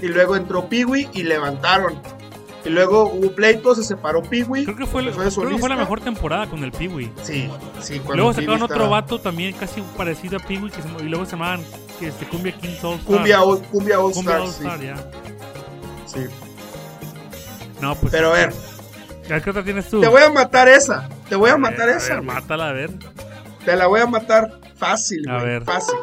Speaker 3: Y luego entró Peewee y levantaron. Y luego hubo pleito, se separó Peewee.
Speaker 4: Creo que fue,
Speaker 3: empezó de
Speaker 4: creo que fue la
Speaker 3: solista.
Speaker 4: mejor temporada con el Peewee.
Speaker 3: Sí, sí, cuando
Speaker 4: Luego
Speaker 3: Pee Wee
Speaker 4: sacaron otro
Speaker 3: estaba-
Speaker 4: vato también casi parecido a Peewee que se llam- y luego se llamaban que este, Cumbia King All Star.
Speaker 3: Cumbia All, Cumbia All
Speaker 4: ah, Cumbia
Speaker 3: Stars,
Speaker 4: All Star, ya.
Speaker 3: sí, sí.
Speaker 4: No, pues.
Speaker 3: Pero a ver,
Speaker 4: ¿Qué otra tienes tú?
Speaker 3: Te voy a matar esa. Te voy a
Speaker 4: ver,
Speaker 3: matar
Speaker 4: a
Speaker 3: esa.
Speaker 4: ver,
Speaker 3: güey.
Speaker 4: mátala, a ver.
Speaker 3: Te la voy a matar fácil,
Speaker 4: A
Speaker 3: güey.
Speaker 4: ver.
Speaker 3: Fácil.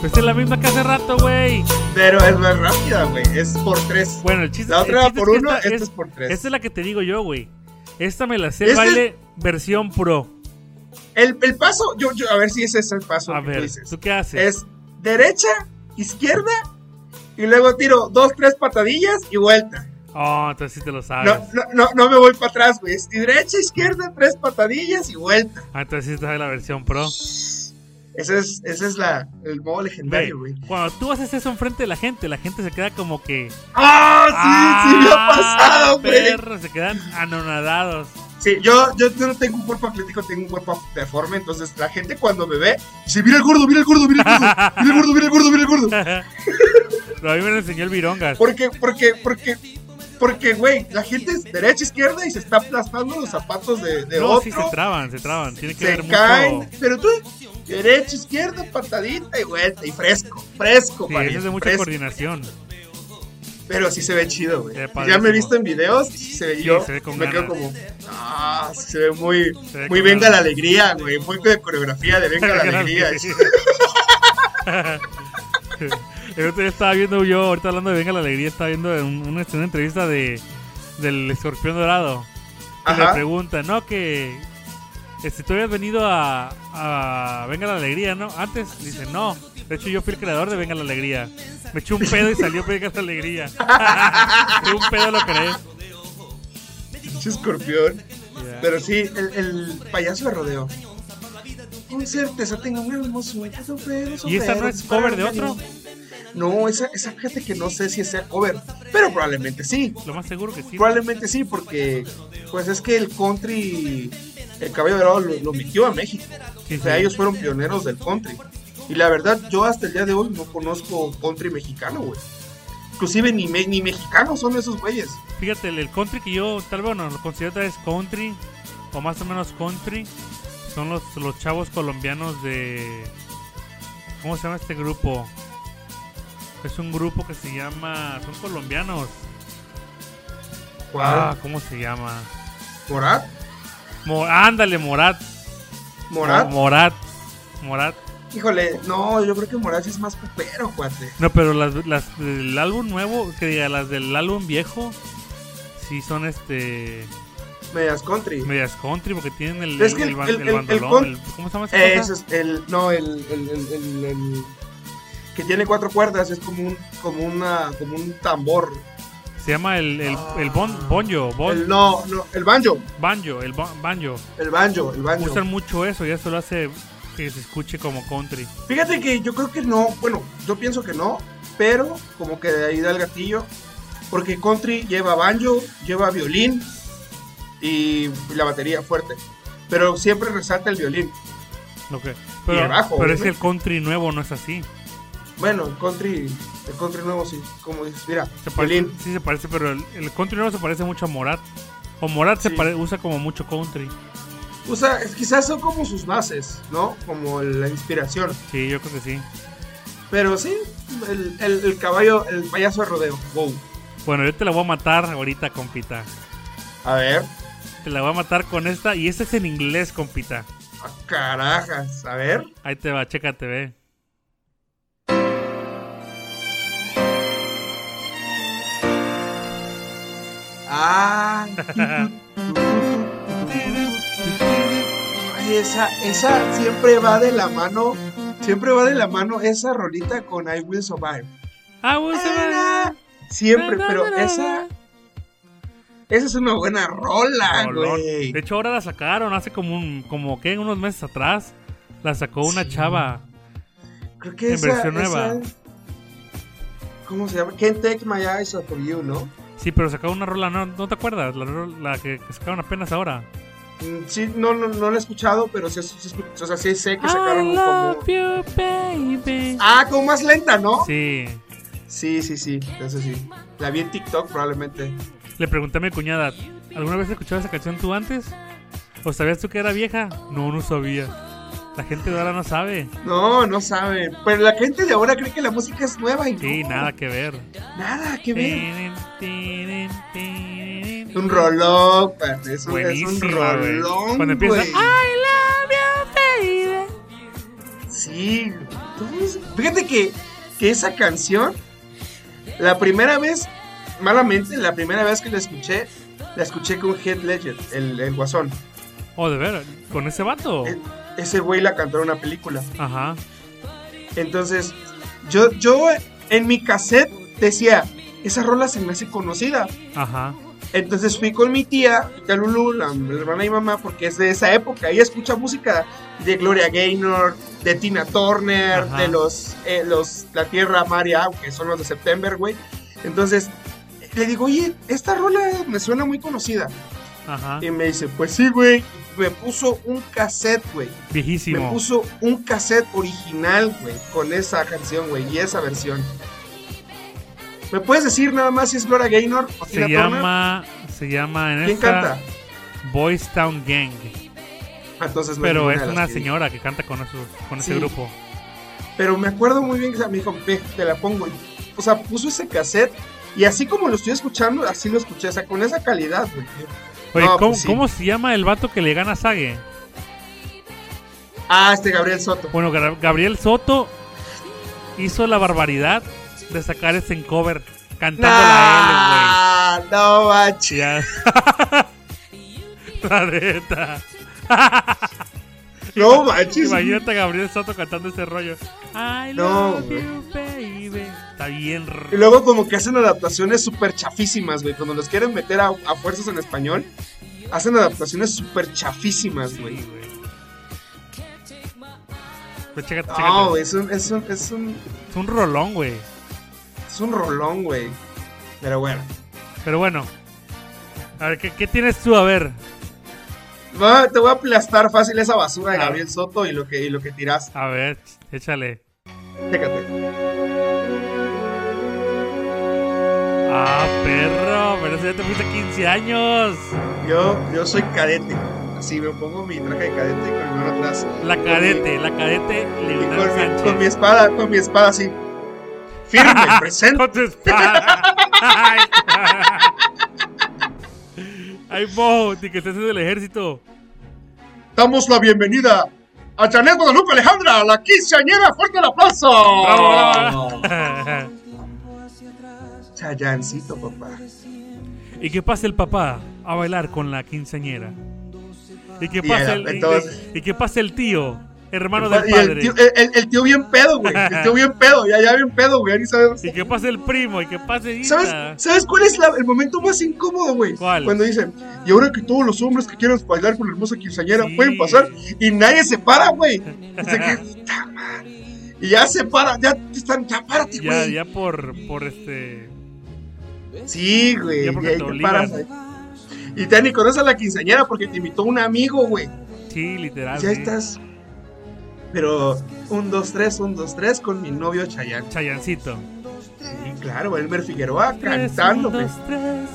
Speaker 4: Pues es la misma que hace rato, güey.
Speaker 3: Pero es más rápida, güey. Es por tres.
Speaker 4: Bueno, el chiste,
Speaker 3: La
Speaker 4: Pues, el
Speaker 3: otra era
Speaker 4: chiste
Speaker 3: por
Speaker 4: que
Speaker 3: uno, esta es por tres.
Speaker 4: Esta es la que te digo yo, güey. Esta me la sé
Speaker 3: Este es-
Speaker 4: baile versión pro.
Speaker 3: El, el paso, yo, yo, a ver si ese es el paso
Speaker 4: A
Speaker 3: que
Speaker 4: ver,
Speaker 3: tú dices.
Speaker 4: ¿tú qué haces?
Speaker 3: Es derecha, izquierda, y luego tiro dos, tres patadillas y vuelta.
Speaker 4: Oh, entonces sí te lo sabes.
Speaker 3: No, no, no, no me voy para atrás, güey. Es derecha, izquierda, tres patadillas y vuelta.
Speaker 4: Ah, entonces sí te sabes la versión pro.
Speaker 3: Ese es, ese es la, el modo legendario,
Speaker 4: Güey,
Speaker 3: güey.
Speaker 4: Cuando tú haces eso enfrente de la gente, la gente se queda como que.
Speaker 3: ¡Ah! Sí, sí me ha pasado, güey.
Speaker 4: perro, Se quedan anonadados. [LAUGHS]
Speaker 3: Sí, yo, yo no tengo un cuerpo atlético, tengo un cuerpo deforme, entonces la gente cuando me ve, dice, mira el gordo, mira el gordo, mira el gordo, mira el gordo, mira el gordo, mira el gordo.
Speaker 4: Pero a mí me lo enseñó el Virongas.
Speaker 3: Porque, porque, porque Porque, güey, la gente es derecha, izquierda y se está aplastando los zapatos de, de
Speaker 4: No,
Speaker 3: otro.
Speaker 4: sí, se traban, se traban. Tiene que
Speaker 3: se
Speaker 4: ver
Speaker 3: caen.
Speaker 4: mucho.
Speaker 3: Pero tú, derecha, izquierda, patadita y vuelta. Y fresco, fresco,
Speaker 4: Sí,
Speaker 3: pariente,
Speaker 4: eso es de mucha
Speaker 3: fresco.
Speaker 4: coordinación.
Speaker 3: Pero sí se ve chido, güey.
Speaker 4: Se ve
Speaker 3: Ya
Speaker 4: padrísimo.
Speaker 3: me he visto en videos y sí se ve
Speaker 4: Sí,
Speaker 3: yo.
Speaker 4: se ve con
Speaker 3: me quedo
Speaker 4: ganas.
Speaker 3: como. Ah, sí se ve muy.
Speaker 4: Se ve
Speaker 3: muy
Speaker 4: con
Speaker 3: venga
Speaker 4: ganas.
Speaker 3: la alegría, güey. Muy de coreografía de venga
Speaker 4: [LAUGHS]
Speaker 3: la alegría.
Speaker 4: El otro día estaba viendo yo, ahorita hablando de Venga la Alegría, estaba viendo un- una, una entrevista de del escorpión dorado. Y le
Speaker 3: Ajá.
Speaker 4: pregunta, ¿no? Que este, tú habías venido a, a Venga la Alegría, ¿no? Antes dice, no. De hecho, yo fui el creador de Venga la Alegría. Me eché un pedo y salió Venga la Alegría. [LAUGHS] Fue un pedo, ¿lo crees?
Speaker 3: Pinche escorpión.
Speaker 4: Ya.
Speaker 3: Pero sí, el, el payaso de rodeo. Con certeza tengo un hermoso sombrero,
Speaker 4: ¿Y esa no
Speaker 3: sombrero,
Speaker 4: es cover de
Speaker 3: sombrero.
Speaker 4: otro?
Speaker 3: No, esa, esa fíjate que no sé si sea cover, pero probablemente sí.
Speaker 4: Lo más seguro que sí.
Speaker 3: Probablemente sí, porque pues es que el country, el cabello dorado lo, lo metió a México.
Speaker 4: Sí,
Speaker 3: O sea,
Speaker 4: sí.
Speaker 3: ellos fueron pioneros del country. Y la verdad, yo hasta el día de hoy no conozco country mexicano, güey. Inclusive ni, me- ni mexicanos son esos güeyes.
Speaker 4: Fíjate, el, el country que yo, tal vez, bueno, lo considero tal vez country, o más o menos country, son los, los chavos colombianos de... ¿Cómo se llama este grupo? Es un grupo que se llama... Son colombianos. Ah,
Speaker 3: ¿Cuál?
Speaker 4: ¿cómo se llama?
Speaker 3: ¿Morat?
Speaker 4: Mo- ándale, Morat.
Speaker 3: ¿Morat?
Speaker 4: Mo- Morat. Morat.
Speaker 3: Híjole, no, yo creo que Morat sí es más popero, cuate.
Speaker 4: No, pero las, las del álbum nuevo, que diga, las del álbum viejo, sí son este...
Speaker 3: Medias country.
Speaker 4: Medias country, porque tienen el,
Speaker 3: Es que
Speaker 4: el
Speaker 3: el-
Speaker 4: ban-
Speaker 3: el-
Speaker 4: el
Speaker 3: el- el
Speaker 4: bandolón.
Speaker 3: con-
Speaker 4: el- ¿Cómo se llama esa
Speaker 3: Eh,
Speaker 4: cosa?
Speaker 3: Ese es el. No, el, el, el, el- el- Que tiene cuatro cuerdas, es como un, como una, como un tambor.
Speaker 4: Se llama el, el,
Speaker 3: Ah.
Speaker 4: el bon- bonjo, bon-
Speaker 3: El, no, no, el banjo.
Speaker 4: banjo, el bon- banjo.
Speaker 3: El banjo, el banjo.
Speaker 4: Usan mucho eso y eso lo hace que se escuche como country.
Speaker 3: Fíjate que yo creo que no, bueno, yo pienso que no, pero como que de ahí da el gatillo, porque country lleva banjo, lleva violín y la batería fuerte, pero siempre resalta el violín.
Speaker 4: Lo que-
Speaker 3: Y
Speaker 4: Pero,
Speaker 3: el bajo,
Speaker 4: pero es
Speaker 3: obviamente.
Speaker 4: el country nuevo, no es así.
Speaker 3: Bueno, el country, el country nuevo sí, como dices, mira,
Speaker 4: Se parece-
Speaker 3: violín.
Speaker 4: sí, se parece, pero el, el country nuevo se parece mucho a Morat. O Morat se
Speaker 3: Sí.
Speaker 4: pare- usa como mucho country.
Speaker 3: Usa, es- quizás son como sus bases, ¿no? Como la inspiración.
Speaker 4: Sí, yo creo que sí.
Speaker 3: Pero sí, el, el- el caballo, el payaso de rodeo. Wow.
Speaker 4: Bueno, yo te la voy a matar ahorita, compita.
Speaker 3: A ver,
Speaker 4: Te la voy a matar con esta y esta es en inglés, compita.
Speaker 3: a carajas, ah, a ver.
Speaker 4: Ahí te va, chécate, ve.
Speaker 3: Ah. Ay, esa, esa siempre va de la mano. Siempre va de la mano esa rolita con I Will Survive.
Speaker 4: Ah, bueno, se va.
Speaker 3: Siempre, pero esa. Esa es una buena rola,
Speaker 4: Rolón.
Speaker 3: güey.
Speaker 4: De hecho, ahora la sacaron hace como un, como que unos meses atrás. La sacó una
Speaker 3: Sí.
Speaker 4: chava.
Speaker 3: Creo que
Speaker 4: en
Speaker 3: esa,
Speaker 4: versión
Speaker 3: esa-
Speaker 4: nueva.
Speaker 3: ¿Cómo se llama? Can't Take My Eyes Off of You, ¿no?
Speaker 4: Sí, pero sacaron una rola, ¿no, ¿no te acuerdas? La, ro- la que que sacaron apenas ahora.
Speaker 3: Mm, Sí, no, no, no la he escuchado, pero sí, sí, sí, o sea, sí sé que sacaron un como.
Speaker 4: you, baby.
Speaker 3: Ah, como más lenta, ¿no?
Speaker 4: Sí.
Speaker 3: Sí, sí, sí, eso sí. La vi en TikTok probablemente.
Speaker 4: Le pregunté a mi cuñada, ¿alguna vez escuchabas esa canción tú antes? ¿O sabías tú que era vieja? No, no sabía. La gente de ahora no sabe.
Speaker 3: No, no saben. Pero la gente de ahora cree que la música es nueva y
Speaker 4: Sí,
Speaker 3: no,
Speaker 4: nada que ver.
Speaker 3: Nada, qué bien.
Speaker 4: Tirin, tirin, tirin.
Speaker 3: Un rolón, pan, es un, es un
Speaker 4: Buenísima, güey.
Speaker 3: rolón,
Speaker 4: Cuando empieza, ¡Ah!
Speaker 3: güey.
Speaker 4: I love you, baby.
Speaker 3: Sí. Entonces, fíjate que, que esa canción, la primera vez, malamente, la primera vez que la escuché, la escuché con Head Ledger, el, el guasón.
Speaker 4: Oh, de ver, con ese vato.
Speaker 3: E- Ese güey la cantó en una película.
Speaker 4: Ajá.
Speaker 3: Entonces, yo, yo en mi cassette decía, esa rola se me hace conocida.
Speaker 4: Ajá.
Speaker 3: Entonces fui con mi tía, tía Lulu, la, la hermana y mamá, porque es de esa época. Ella escucha música de Gloria Gaynor, de Tina Turner,
Speaker 4: Ajá.
Speaker 3: de los, eh, los La Tierra María, que son los de September, güey. Entonces le digo, oye, esta rola me suena muy conocida.
Speaker 4: Ajá.
Speaker 3: Y me dice, pues sí, güey. Me puso un cassette, güey. Me
Speaker 4: Viejísimo.
Speaker 3: puso un cassette original, güey, con esa canción, güey, y esa versión. ¿Me puedes decir nada más si es Gloria Gaynor o
Speaker 4: Se
Speaker 3: Tina Turner?
Speaker 4: llama, se llama en
Speaker 3: ¿Quién
Speaker 4: esta
Speaker 3: canta?
Speaker 4: Boys Town Gang.
Speaker 3: Ah, Entonces no
Speaker 4: Pero
Speaker 3: ninguna
Speaker 4: es
Speaker 3: de las
Speaker 4: una
Speaker 3: que vi.
Speaker 4: señora que canta con, eso- con ese
Speaker 3: Sí.
Speaker 4: grupo.
Speaker 3: Pero me acuerdo muy bien que me dijo, ve, te la pongo. Y, O sea, puso ese cassette y así como lo estoy escuchando, así lo escuché. O sea, con esa calidad, güey.
Speaker 4: Oye,
Speaker 3: No, pues
Speaker 4: ¿cómo,
Speaker 3: sí.
Speaker 4: cómo se llama el vato que le gana a Sage?
Speaker 3: Ah, este Gabriel Soto.
Speaker 4: Bueno, Gra- Gabriel Soto hizo la barbaridad de sacar ese en cover cantando la
Speaker 3: Nah, no
Speaker 4: L,
Speaker 3: manches.
Speaker 4: güey. [LAUGHS] Ya. la neta.
Speaker 3: No manches.
Speaker 4: Imagínate a Gabriel Soto cantando ese rollo. I
Speaker 3: No,
Speaker 4: love
Speaker 3: güey.
Speaker 4: you, baby. Está bien. r-
Speaker 3: Y luego como que hacen adaptaciones súper chafísimas, güey. Cuando los quieren meter a, a fuerzas en español, hacen adaptaciones súper chafísimas,
Speaker 4: Sí,
Speaker 3: güey.
Speaker 4: güey. Pues chécate, chécate.
Speaker 3: No, es un, es un, es un,
Speaker 4: Es un rolón, güey.
Speaker 3: es un rolón, güey. Pero bueno.
Speaker 4: Pero bueno. A ver, ¿qué, qué tienes tú? A ver.
Speaker 3: Va, te voy a aplastar fácil esa basura de
Speaker 4: A ver.
Speaker 3: Gabriel Soto y lo que, y lo que tiraste.
Speaker 4: A ver, échale.
Speaker 3: Chécate.
Speaker 4: Ah, perro, pero eso ya te fuiste 15 años.
Speaker 3: Yo, yo soy cadete. Así me pongo mi traje de cadete y con mi mano atrás.
Speaker 4: La cadete, la cadete
Speaker 3: Y
Speaker 4: Leonel
Speaker 3: con, mi,
Speaker 4: Sánchez.
Speaker 3: con mi espada, con mi espada así.
Speaker 4: [LAUGHS]
Speaker 3: Firme, presente.
Speaker 4: Con tu espada. [LAUGHS] Ay, Ay, mojo, ni que estés en el ejército.
Speaker 3: Damos la bienvenida a Janet Guadalupe Alejandra, la quinceañera. ¡Fuerte el aplauso!
Speaker 4: Bravo, bravo, bravo.
Speaker 3: Chayancito, papá.
Speaker 4: Y que pase el papá a bailar con la quinceañera. Y que
Speaker 3: Y
Speaker 4: pase,
Speaker 3: el-
Speaker 4: el, y-
Speaker 3: entonces-
Speaker 4: y, que pase el tío, hermano del
Speaker 3: Y el
Speaker 4: padre.
Speaker 3: tío, el- el- el tío bien pedo, güey. El tío bien pedo, ya, ya bien pedo, güey. Ni
Speaker 4: [LAUGHS]
Speaker 3: sabes.
Speaker 4: Y que pase el primo, y que pase. Isa. [LAUGHS]
Speaker 3: ¿Sabes, ¿Sabes cuál es la- el momento más incómodo, güey?
Speaker 4: ¿Cuál?
Speaker 3: Cuando dicen, y ahora que todos los hombres que quieran bailar con la hermosa quinceañera
Speaker 4: Sí.
Speaker 3: pueden pasar, y nadie se para, güey. Dice que, "Puta madre". y ya se para, ya te están, ya párate,
Speaker 4: Ya,
Speaker 3: güey.
Speaker 4: ya por, por este.
Speaker 3: Sí, güey.
Speaker 4: Ya
Speaker 3: Y
Speaker 4: porque
Speaker 3: ahí
Speaker 4: te
Speaker 3: te
Speaker 4: obligan.
Speaker 3: paras. ahí. Y te ni conoces a la quinceañera porque te invitó un amigo, güey.
Speaker 4: Sí, literal.
Speaker 3: ya
Speaker 4: Ah, sí.
Speaker 3: estás. Pero, un, dos, tres, un, dos, tres, con mi novio Chayanne.
Speaker 4: Chayancito.
Speaker 3: Y claro, Elmer Figueroa cantando, güey.
Speaker 4: Tres, un, dos, tres.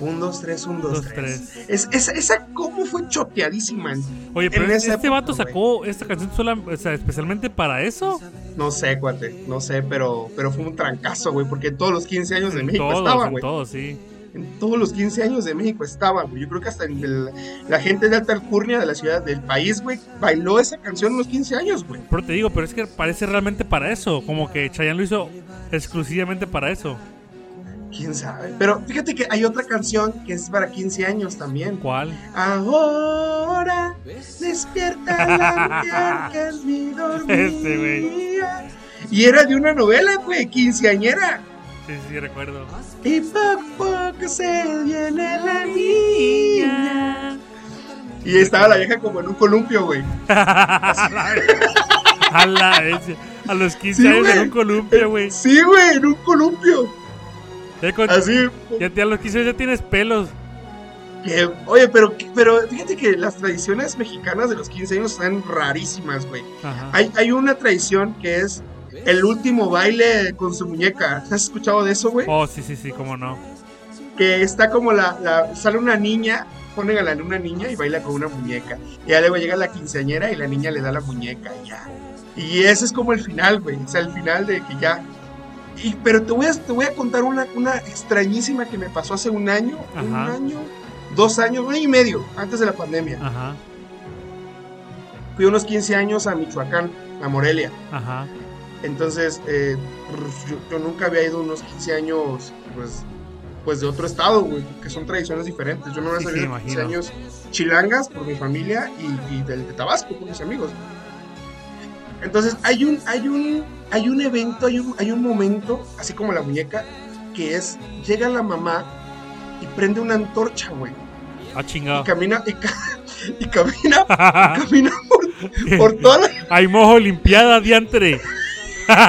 Speaker 3: Un, dos, tres, un, dos,
Speaker 4: Dos,
Speaker 3: tres. Es, esa, esa cómo fue choteadísima.
Speaker 4: Oye,
Speaker 3: En
Speaker 4: pero es-
Speaker 3: esa
Speaker 4: este vato
Speaker 3: época,
Speaker 4: sacó esta canción sola, o sea, especialmente para eso.
Speaker 3: No sé, cuate, no sé, pero, pero fue un trancazo, güey, porque en todos los 15 años de
Speaker 4: En
Speaker 3: México
Speaker 4: todos,
Speaker 3: estaba,
Speaker 4: en
Speaker 3: güey.
Speaker 4: todos, sí.
Speaker 3: En todos los 15 años de México estaba, güey. Yo creo que hasta en el- la gente de alta alcurnia de la ciudad del país, güey, bailó esa canción en los 15 años, güey.
Speaker 4: Pero te digo, pero es que parece realmente para eso. Como que Chayanne lo hizo exclusivamente para eso.
Speaker 3: ¿Quién sabe? Pero fíjate que hay otra canción que es para 15 años también.
Speaker 4: ¿Cuál?
Speaker 3: Ahora despierta la mujer que en mí dormía.
Speaker 4: Este, güey.
Speaker 3: Y era de una novela, güey, quinceañera.
Speaker 4: Sí, sí, recuerdo. [LAUGHS]
Speaker 3: Y poco a poco se viene la niña. Y estaba la vieja como en un columpio, güey.
Speaker 4: A, la vez, a los 15
Speaker 3: Sí,
Speaker 4: años en
Speaker 3: güey.
Speaker 4: un columpio, güey.
Speaker 3: Sí, güey, en un columpio.
Speaker 4: Ya, con-
Speaker 3: Así.
Speaker 4: ya te- a los 15 años ya tienes pelos.
Speaker 3: Que- oye, pero, pero fíjate que las tradiciones mexicanas de los 15 años están rarísimas, güey.
Speaker 4: Ajá.
Speaker 3: Hay, hay una tradición que es el último baile con su muñeca. ¿Has escuchado de eso, güey?
Speaker 4: Oh, sí, sí, sí, cómo no.
Speaker 3: que está como la, la- sale una niña, ponen a la una niña y baila con una muñeca. Y ya luego llega la quinceañera y la niña le da la muñeca y ya. Y ese es como el final, güey. O sea, el final de que ya. Y, pero te voy a, te voy a contar una, una extrañísima que me pasó hace un año, un
Speaker 4: Ajá. Ah.
Speaker 3: año, dos años, un año y medio, antes de la pandemia.
Speaker 4: Ajá,
Speaker 3: Fui unos 15 años a Michoacán, a Morelia.
Speaker 4: ajá.
Speaker 3: Entonces, eh, yo, yo nunca había ido unos 15 años, pues, pues de otro estado, güey, que son tradiciones diferentes. Yo no había
Speaker 4: Sí, sí,
Speaker 3: salido
Speaker 4: me
Speaker 3: 15
Speaker 4: imagino.
Speaker 3: años chilangas por mi familia y, y del de Tabasco por mis amigos. Entonces, hay un, hay un, hay un evento, hay un, hay un momento, así como la muñeca, que es, llega la mamá y prende una antorcha, güey,
Speaker 4: Ah,
Speaker 3: y
Speaker 4: chingado.
Speaker 3: camina, y, ca- [LAUGHS] y camina,
Speaker 4: [LAUGHS]
Speaker 3: y camina por, por toda la...
Speaker 4: Ay, mojo, limpiada, diantre. [LAUGHS]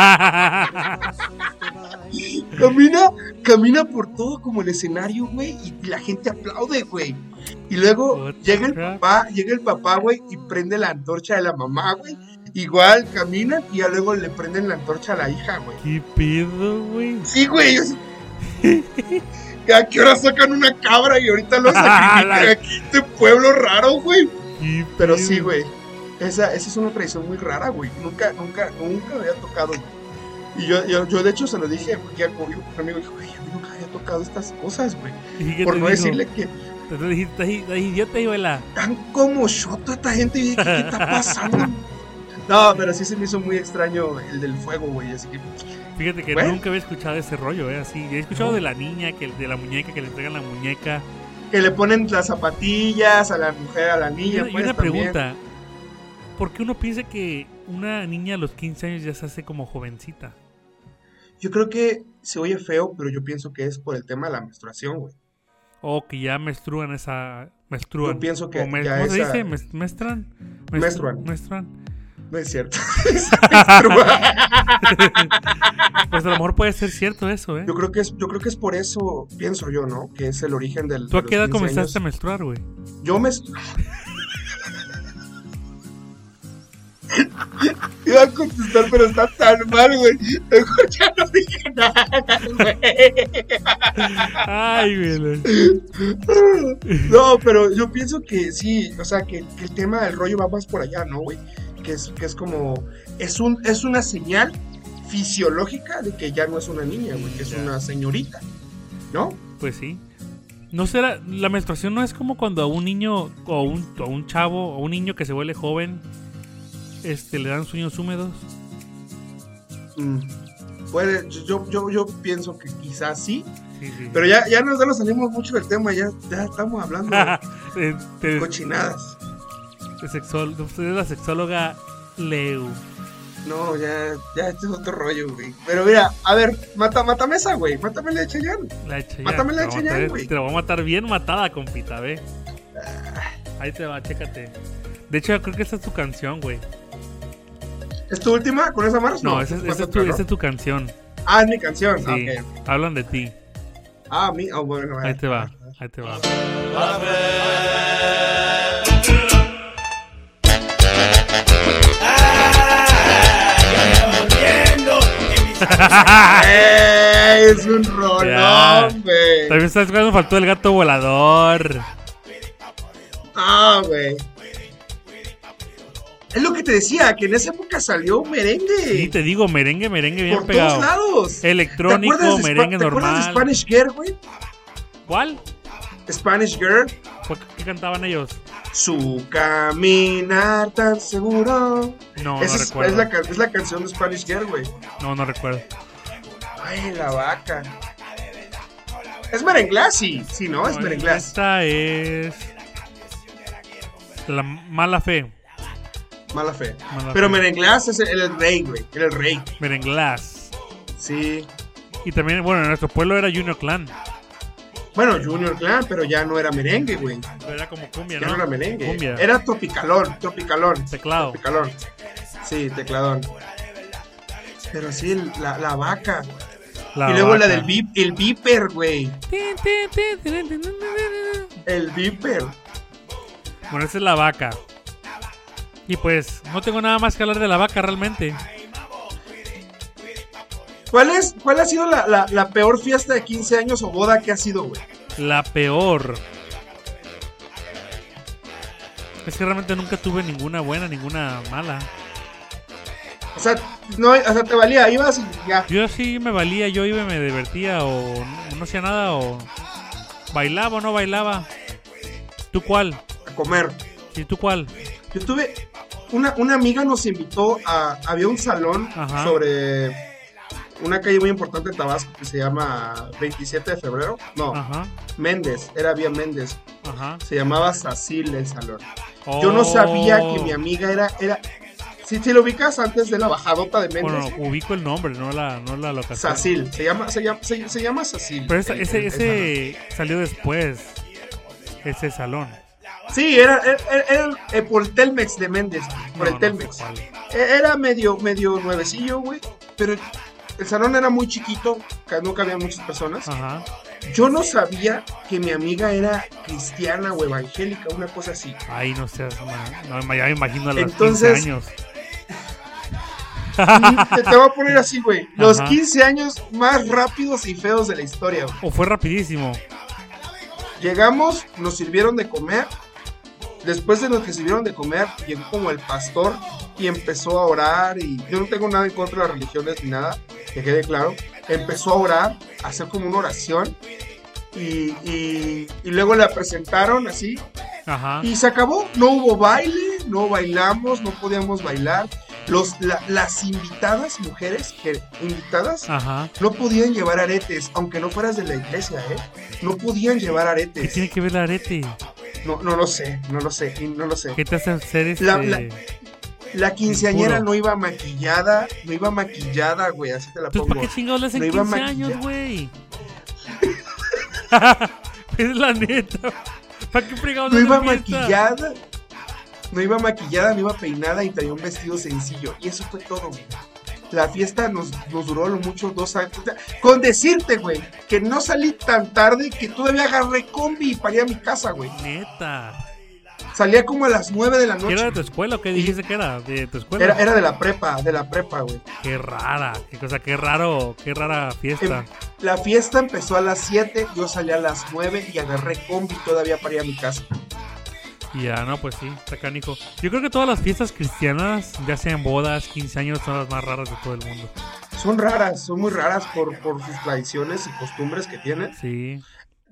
Speaker 3: Camina, camina por todo como el escenario, güey, y la gente aplaude, güey. Y luego
Speaker 4: What the
Speaker 3: llega el
Speaker 4: crap?
Speaker 3: papá, llega el papá, güey, y prende la antorcha de la mamá, güey, Igual caminan y ya luego le prenden la antorcha a la hija, güey.
Speaker 4: ¿Qué pedo, güey?
Speaker 3: Sí, güey. yo sí-
Speaker 4: [LAUGHS]
Speaker 3: ¿A qué hora sacan una cabra y ahorita lo sacrifican aquí este pueblo raro, güey?
Speaker 4: ¿Qué
Speaker 3: Pero
Speaker 4: pedo?
Speaker 3: sí, güey. Esa, esa es una tradición muy rara, güey. Nunca, nunca, nunca me había tocado. güey. Y yo, yo, yo, de hecho, se lo dije porque a un amigo dijo, güey, a mí nunca había tocado estas cosas, güey.
Speaker 4: ¿Y qué
Speaker 3: Por
Speaker 4: te
Speaker 3: no
Speaker 4: dijo?
Speaker 3: decirle que
Speaker 4: Te te dijiste, "Estás- estás idiota, Ivela.
Speaker 3: tan como yo toda esta gente y dije, ¿qué
Speaker 4: [LAUGHS]
Speaker 3: está pasando? No, pero sí se me hizo muy extraño el del fuego, güey. Así que,
Speaker 4: Fíjate que
Speaker 3: Güey.
Speaker 4: nunca había escuchado ese rollo, ¿eh? Así, he escuchado de la niña, que, de la muñeca, que le entregan la muñeca.
Speaker 3: que le ponen las zapatillas a la mujer, a la
Speaker 4: Y
Speaker 3: niña.
Speaker 4: una, y
Speaker 3: pues,
Speaker 4: una
Speaker 3: también.
Speaker 4: pregunta. ¿Por qué uno piensa que una niña a los 15 años ya se hace como jovencita?
Speaker 3: Yo creo que se oye feo, pero yo pienso que es por el tema de la menstruación, güey.
Speaker 4: O que ya menstruan esa... Menstruan.
Speaker 3: Yo pienso que
Speaker 4: O me-
Speaker 3: ya
Speaker 4: ¿Cómo se
Speaker 3: esa-
Speaker 4: dice? Mes- ¿Mestran? Mes-
Speaker 3: Menstruan.
Speaker 4: Menstruan.
Speaker 3: No es
Speaker 4: [LAUGHS]
Speaker 3: cierto. [LAUGHS] Menstrua.
Speaker 4: Pues a lo mejor puede ser cierto eso, ¿eh?
Speaker 3: yo, creo que es, yo creo que es por eso, pienso yo, ¿no? Que es el origen del.
Speaker 4: ¿Tú
Speaker 3: de
Speaker 4: a
Speaker 3: los
Speaker 4: qué edad
Speaker 3: 15
Speaker 4: comenzaste a
Speaker 3: años.
Speaker 4: menstruar, güey?
Speaker 3: Yo me. [LAUGHS] Iba a contestar, pero está tan mal, güey. Mejor ya no dije nada,
Speaker 4: Ay, güey.
Speaker 3: güey. No, pero yo pienso que sí, o sea, que, que el tema del rollo va más por allá, ¿no, güey? Que es, que es como. Es, un, es una señal fisiológica de que ya no es una niña, güey, que es
Speaker 4: Ya.
Speaker 3: una señorita, ¿no?
Speaker 4: Pues sí. No será, la menstruación no es como cuando a un niño o a un, o a un chavo o a un niño que se vuelve joven, este, le dan sueños húmedos.
Speaker 3: Mm. Puede, yo, yo, yo pienso que quizás sí,
Speaker 4: Sí, sí. [LAUGHS]
Speaker 3: pero ya, ya nos ya nos salimos mucho del tema, ya, ya estamos hablando
Speaker 4: [LAUGHS] Eh,
Speaker 3: de
Speaker 4: te-
Speaker 3: cochinadas.
Speaker 4: te sexol- usted es la sexóloga Leu.
Speaker 3: No, ya, ya, este es otro rollo, güey. Pero mira, a ver, mata, mátame esa, güey, mátame la de Chayanne.
Speaker 4: La de Chayanne.
Speaker 3: Mátame la de
Speaker 4: Te voy a
Speaker 3: Chayanne,
Speaker 4: matar-
Speaker 3: güey.
Speaker 4: Te la voy a matar bien matada, compita, ve. Ahí te va, chécate. De hecho, creo que esa es tu canción, güey.
Speaker 3: ¿Es tu última con esa marcha?
Speaker 4: No, esa, es- esa es tu,
Speaker 3: ¿no?
Speaker 4: esa es tu canción.
Speaker 3: Ah, es mi canción.
Speaker 4: Sí.
Speaker 3: Ah, ok.
Speaker 4: Hablan de ti.
Speaker 3: Ah, mi, ah, bueno,
Speaker 4: Ahí te va. Ahí te va.
Speaker 3: ¡Ey! Eh, Es un
Speaker 4: Ya.
Speaker 3: rolón, güey.
Speaker 4: También estás jugando, faltó el gato volador.
Speaker 3: Ah, güey. Es lo que te decía, que en esa época salió un merengue.
Speaker 4: Sí, te digo, merengue, merengue bien
Speaker 3: por
Speaker 4: pegado.
Speaker 3: todos lados.
Speaker 4: Electrónico,
Speaker 3: ¿Te acuerdas de Spa-
Speaker 4: merengue
Speaker 3: ¿Te acuerdas de
Speaker 4: normal.
Speaker 3: Spanish Girl, güey?
Speaker 4: ¿Cuál?
Speaker 3: Spanish Girl.
Speaker 4: ¿Por qué- ¿Qué cantaban ellos?
Speaker 3: Su caminar tan seguro.
Speaker 4: No,
Speaker 3: Esa
Speaker 4: no
Speaker 3: es,
Speaker 4: recuerdo.
Speaker 3: es la, ca- es la canción de Spanish Girl, güey.
Speaker 4: No, no recuerdo.
Speaker 3: Ay, la vaca. Es merenglás, sí. Sí, no, es
Speaker 4: No,
Speaker 3: merenglás.
Speaker 4: Esta es. La mala fe.
Speaker 3: Mala fe.
Speaker 4: Mala
Speaker 3: Pero
Speaker 4: fe.
Speaker 3: merenglás es el, el rey, güey. Era el rey.
Speaker 4: Merenglás.
Speaker 3: Sí.
Speaker 4: Y también, bueno, en nuestro pueblo era Junior Clan.
Speaker 3: Bueno, Junior Clan, pero ya no era merengue, güey.
Speaker 4: Pero era como cumbia,
Speaker 3: Ya
Speaker 4: ¿no?
Speaker 3: no era merengue.
Speaker 4: Cumbia.
Speaker 3: Era tropicalón, tropicalón.
Speaker 4: Teclado.
Speaker 3: Tecladón. Sí, tecladón. Pero sí, el- la, la vaca.
Speaker 4: La
Speaker 3: y luego
Speaker 4: vaca.
Speaker 3: la del vip, el viper, güey.
Speaker 4: Tin, tin, tin, tin, tin, tin, tin, tin, tin.
Speaker 3: El viper.
Speaker 4: Bueno, esa es la vaca. Y pues, no tengo nada más que hablar de la vaca realmente.
Speaker 3: ¿Cuál, es, ¿Cuál ha sido la, la- la peor fiesta de 15 años o boda que ha sido, güey?
Speaker 4: La peor. Es que realmente nunca tuve ninguna buena, ninguna mala.
Speaker 3: O sea, no, o sea, te valía, ibas y ya.
Speaker 4: Yo así me valía, yo iba y me divertía, o no, no hacía nada, o bailaba o no bailaba. ¿Tú cuál?
Speaker 3: a comer.
Speaker 4: ¿Y tú cuál?
Speaker 3: Yo tuve. Una, una amiga nos invitó a. Había un salón
Speaker 4: Ajá.
Speaker 3: sobre una calle muy importante de Tabasco que se llama 27 de febrero. No,
Speaker 4: Ajá,
Speaker 3: Méndez, era vía Méndez.
Speaker 4: ajá.
Speaker 3: Se llamaba Sacil el salón. Yo
Speaker 4: Oh.
Speaker 3: no sabía que mi amiga era. era si te lo ubicas antes de la bajadota de Méndez.
Speaker 4: Bueno, ubico el nombre, no la, no la locación.
Speaker 3: Sacil, se llama, se llama, se, se llama Sacil.
Speaker 4: Pero esa-
Speaker 3: el- el-
Speaker 4: ese,
Speaker 3: el
Speaker 4: ese salió después. Ese salón.
Speaker 3: salón. Sí, era, era- era el- eh, por el Telmex de Méndez, por
Speaker 4: No,
Speaker 3: el
Speaker 4: no sé
Speaker 3: Telmex.
Speaker 4: cuál.
Speaker 3: E- Era medio, medio nuevecillo, güey. Pero el salón era muy chiquito, ca- no cabían muchas personas.
Speaker 4: Ajá.
Speaker 3: Yo no sabía que mi amiga era cristiana o evangélica, una cosa así.
Speaker 4: Ay, no seas. ma- No, ya me imagino a los
Speaker 3: Entonces-
Speaker 4: 15 años.
Speaker 3: Te, te voy a poner así, güey. Los
Speaker 4: Ajá.
Speaker 3: 15 años más rápidos y feos de la historia, güey.
Speaker 4: O fue rapidísimo.
Speaker 3: Llegamos, nos sirvieron de comer. Después de nos que sirvieron de comer, llegó como el pastor y empezó a orar. Y yo no tengo nada en contra de las religiones ni nada, que quede claro. Empezó a orar, a hacer como una oración. Y, y- y luego la presentaron así.
Speaker 4: Ajá.
Speaker 3: Y se acabó. No hubo baile, no bailamos, no podíamos bailar. Los, la- las invitadas, mujeres que, invitadas,
Speaker 4: Ajá.
Speaker 3: no podían llevar aretes, aunque no fueras de la iglesia, ¿eh? No podían llevar
Speaker 4: ¿Qué
Speaker 3: aretes.
Speaker 4: tiene que ver el arete?
Speaker 3: No, no lo sé, no lo sé, y no lo sé.
Speaker 4: ¿Qué te hace hacer este?
Speaker 3: La- la- La quinceañera
Speaker 4: Puro.
Speaker 3: no iba maquillada, no iba maquillada, güey, así te la
Speaker 4: Pues ¿para
Speaker 3: pongo.
Speaker 4: qué chingados le hacen
Speaker 3: Lo iba
Speaker 4: 15
Speaker 3: a
Speaker 4: años,
Speaker 3: maquillar.
Speaker 4: güey? [LAUGHS] es la neta. ¿Para qué fregados
Speaker 3: No
Speaker 4: hacen
Speaker 3: iba
Speaker 4: fiesta?
Speaker 3: maquillada, no iba maquillada, no iba peinada y traía un vestido sencillo. Y eso fue todo, güey. La fiesta nos, nos duró lo mucho dos años. O sea, Con decirte, güey, que no salí tan tarde que todavía agarré combi para ir a mi casa, güey.
Speaker 4: Neta.
Speaker 3: Salía como a las nueve de la
Speaker 4: ¿Qué era de
Speaker 3: noche.
Speaker 4: tu escuela o qué dijiste que era? ¿De tu escuela?
Speaker 3: Era, era de la prepa, de la prepa, güey.
Speaker 4: Qué rara. Qué cosa, qué raro. Qué rara fiesta.
Speaker 3: Em, La fiesta empezó a las 7, yo salí a las 9 y agarré combi todavía para ir a mi casa.
Speaker 4: Y ya, no, pues sí, sacánico. Yo creo que todas las fiestas cristianas, ya sean bodas, 15 años, son las más raras de todo el mundo.
Speaker 3: Son raras, son muy raras por, por sus tradiciones y costumbres que tienen.
Speaker 4: Sí,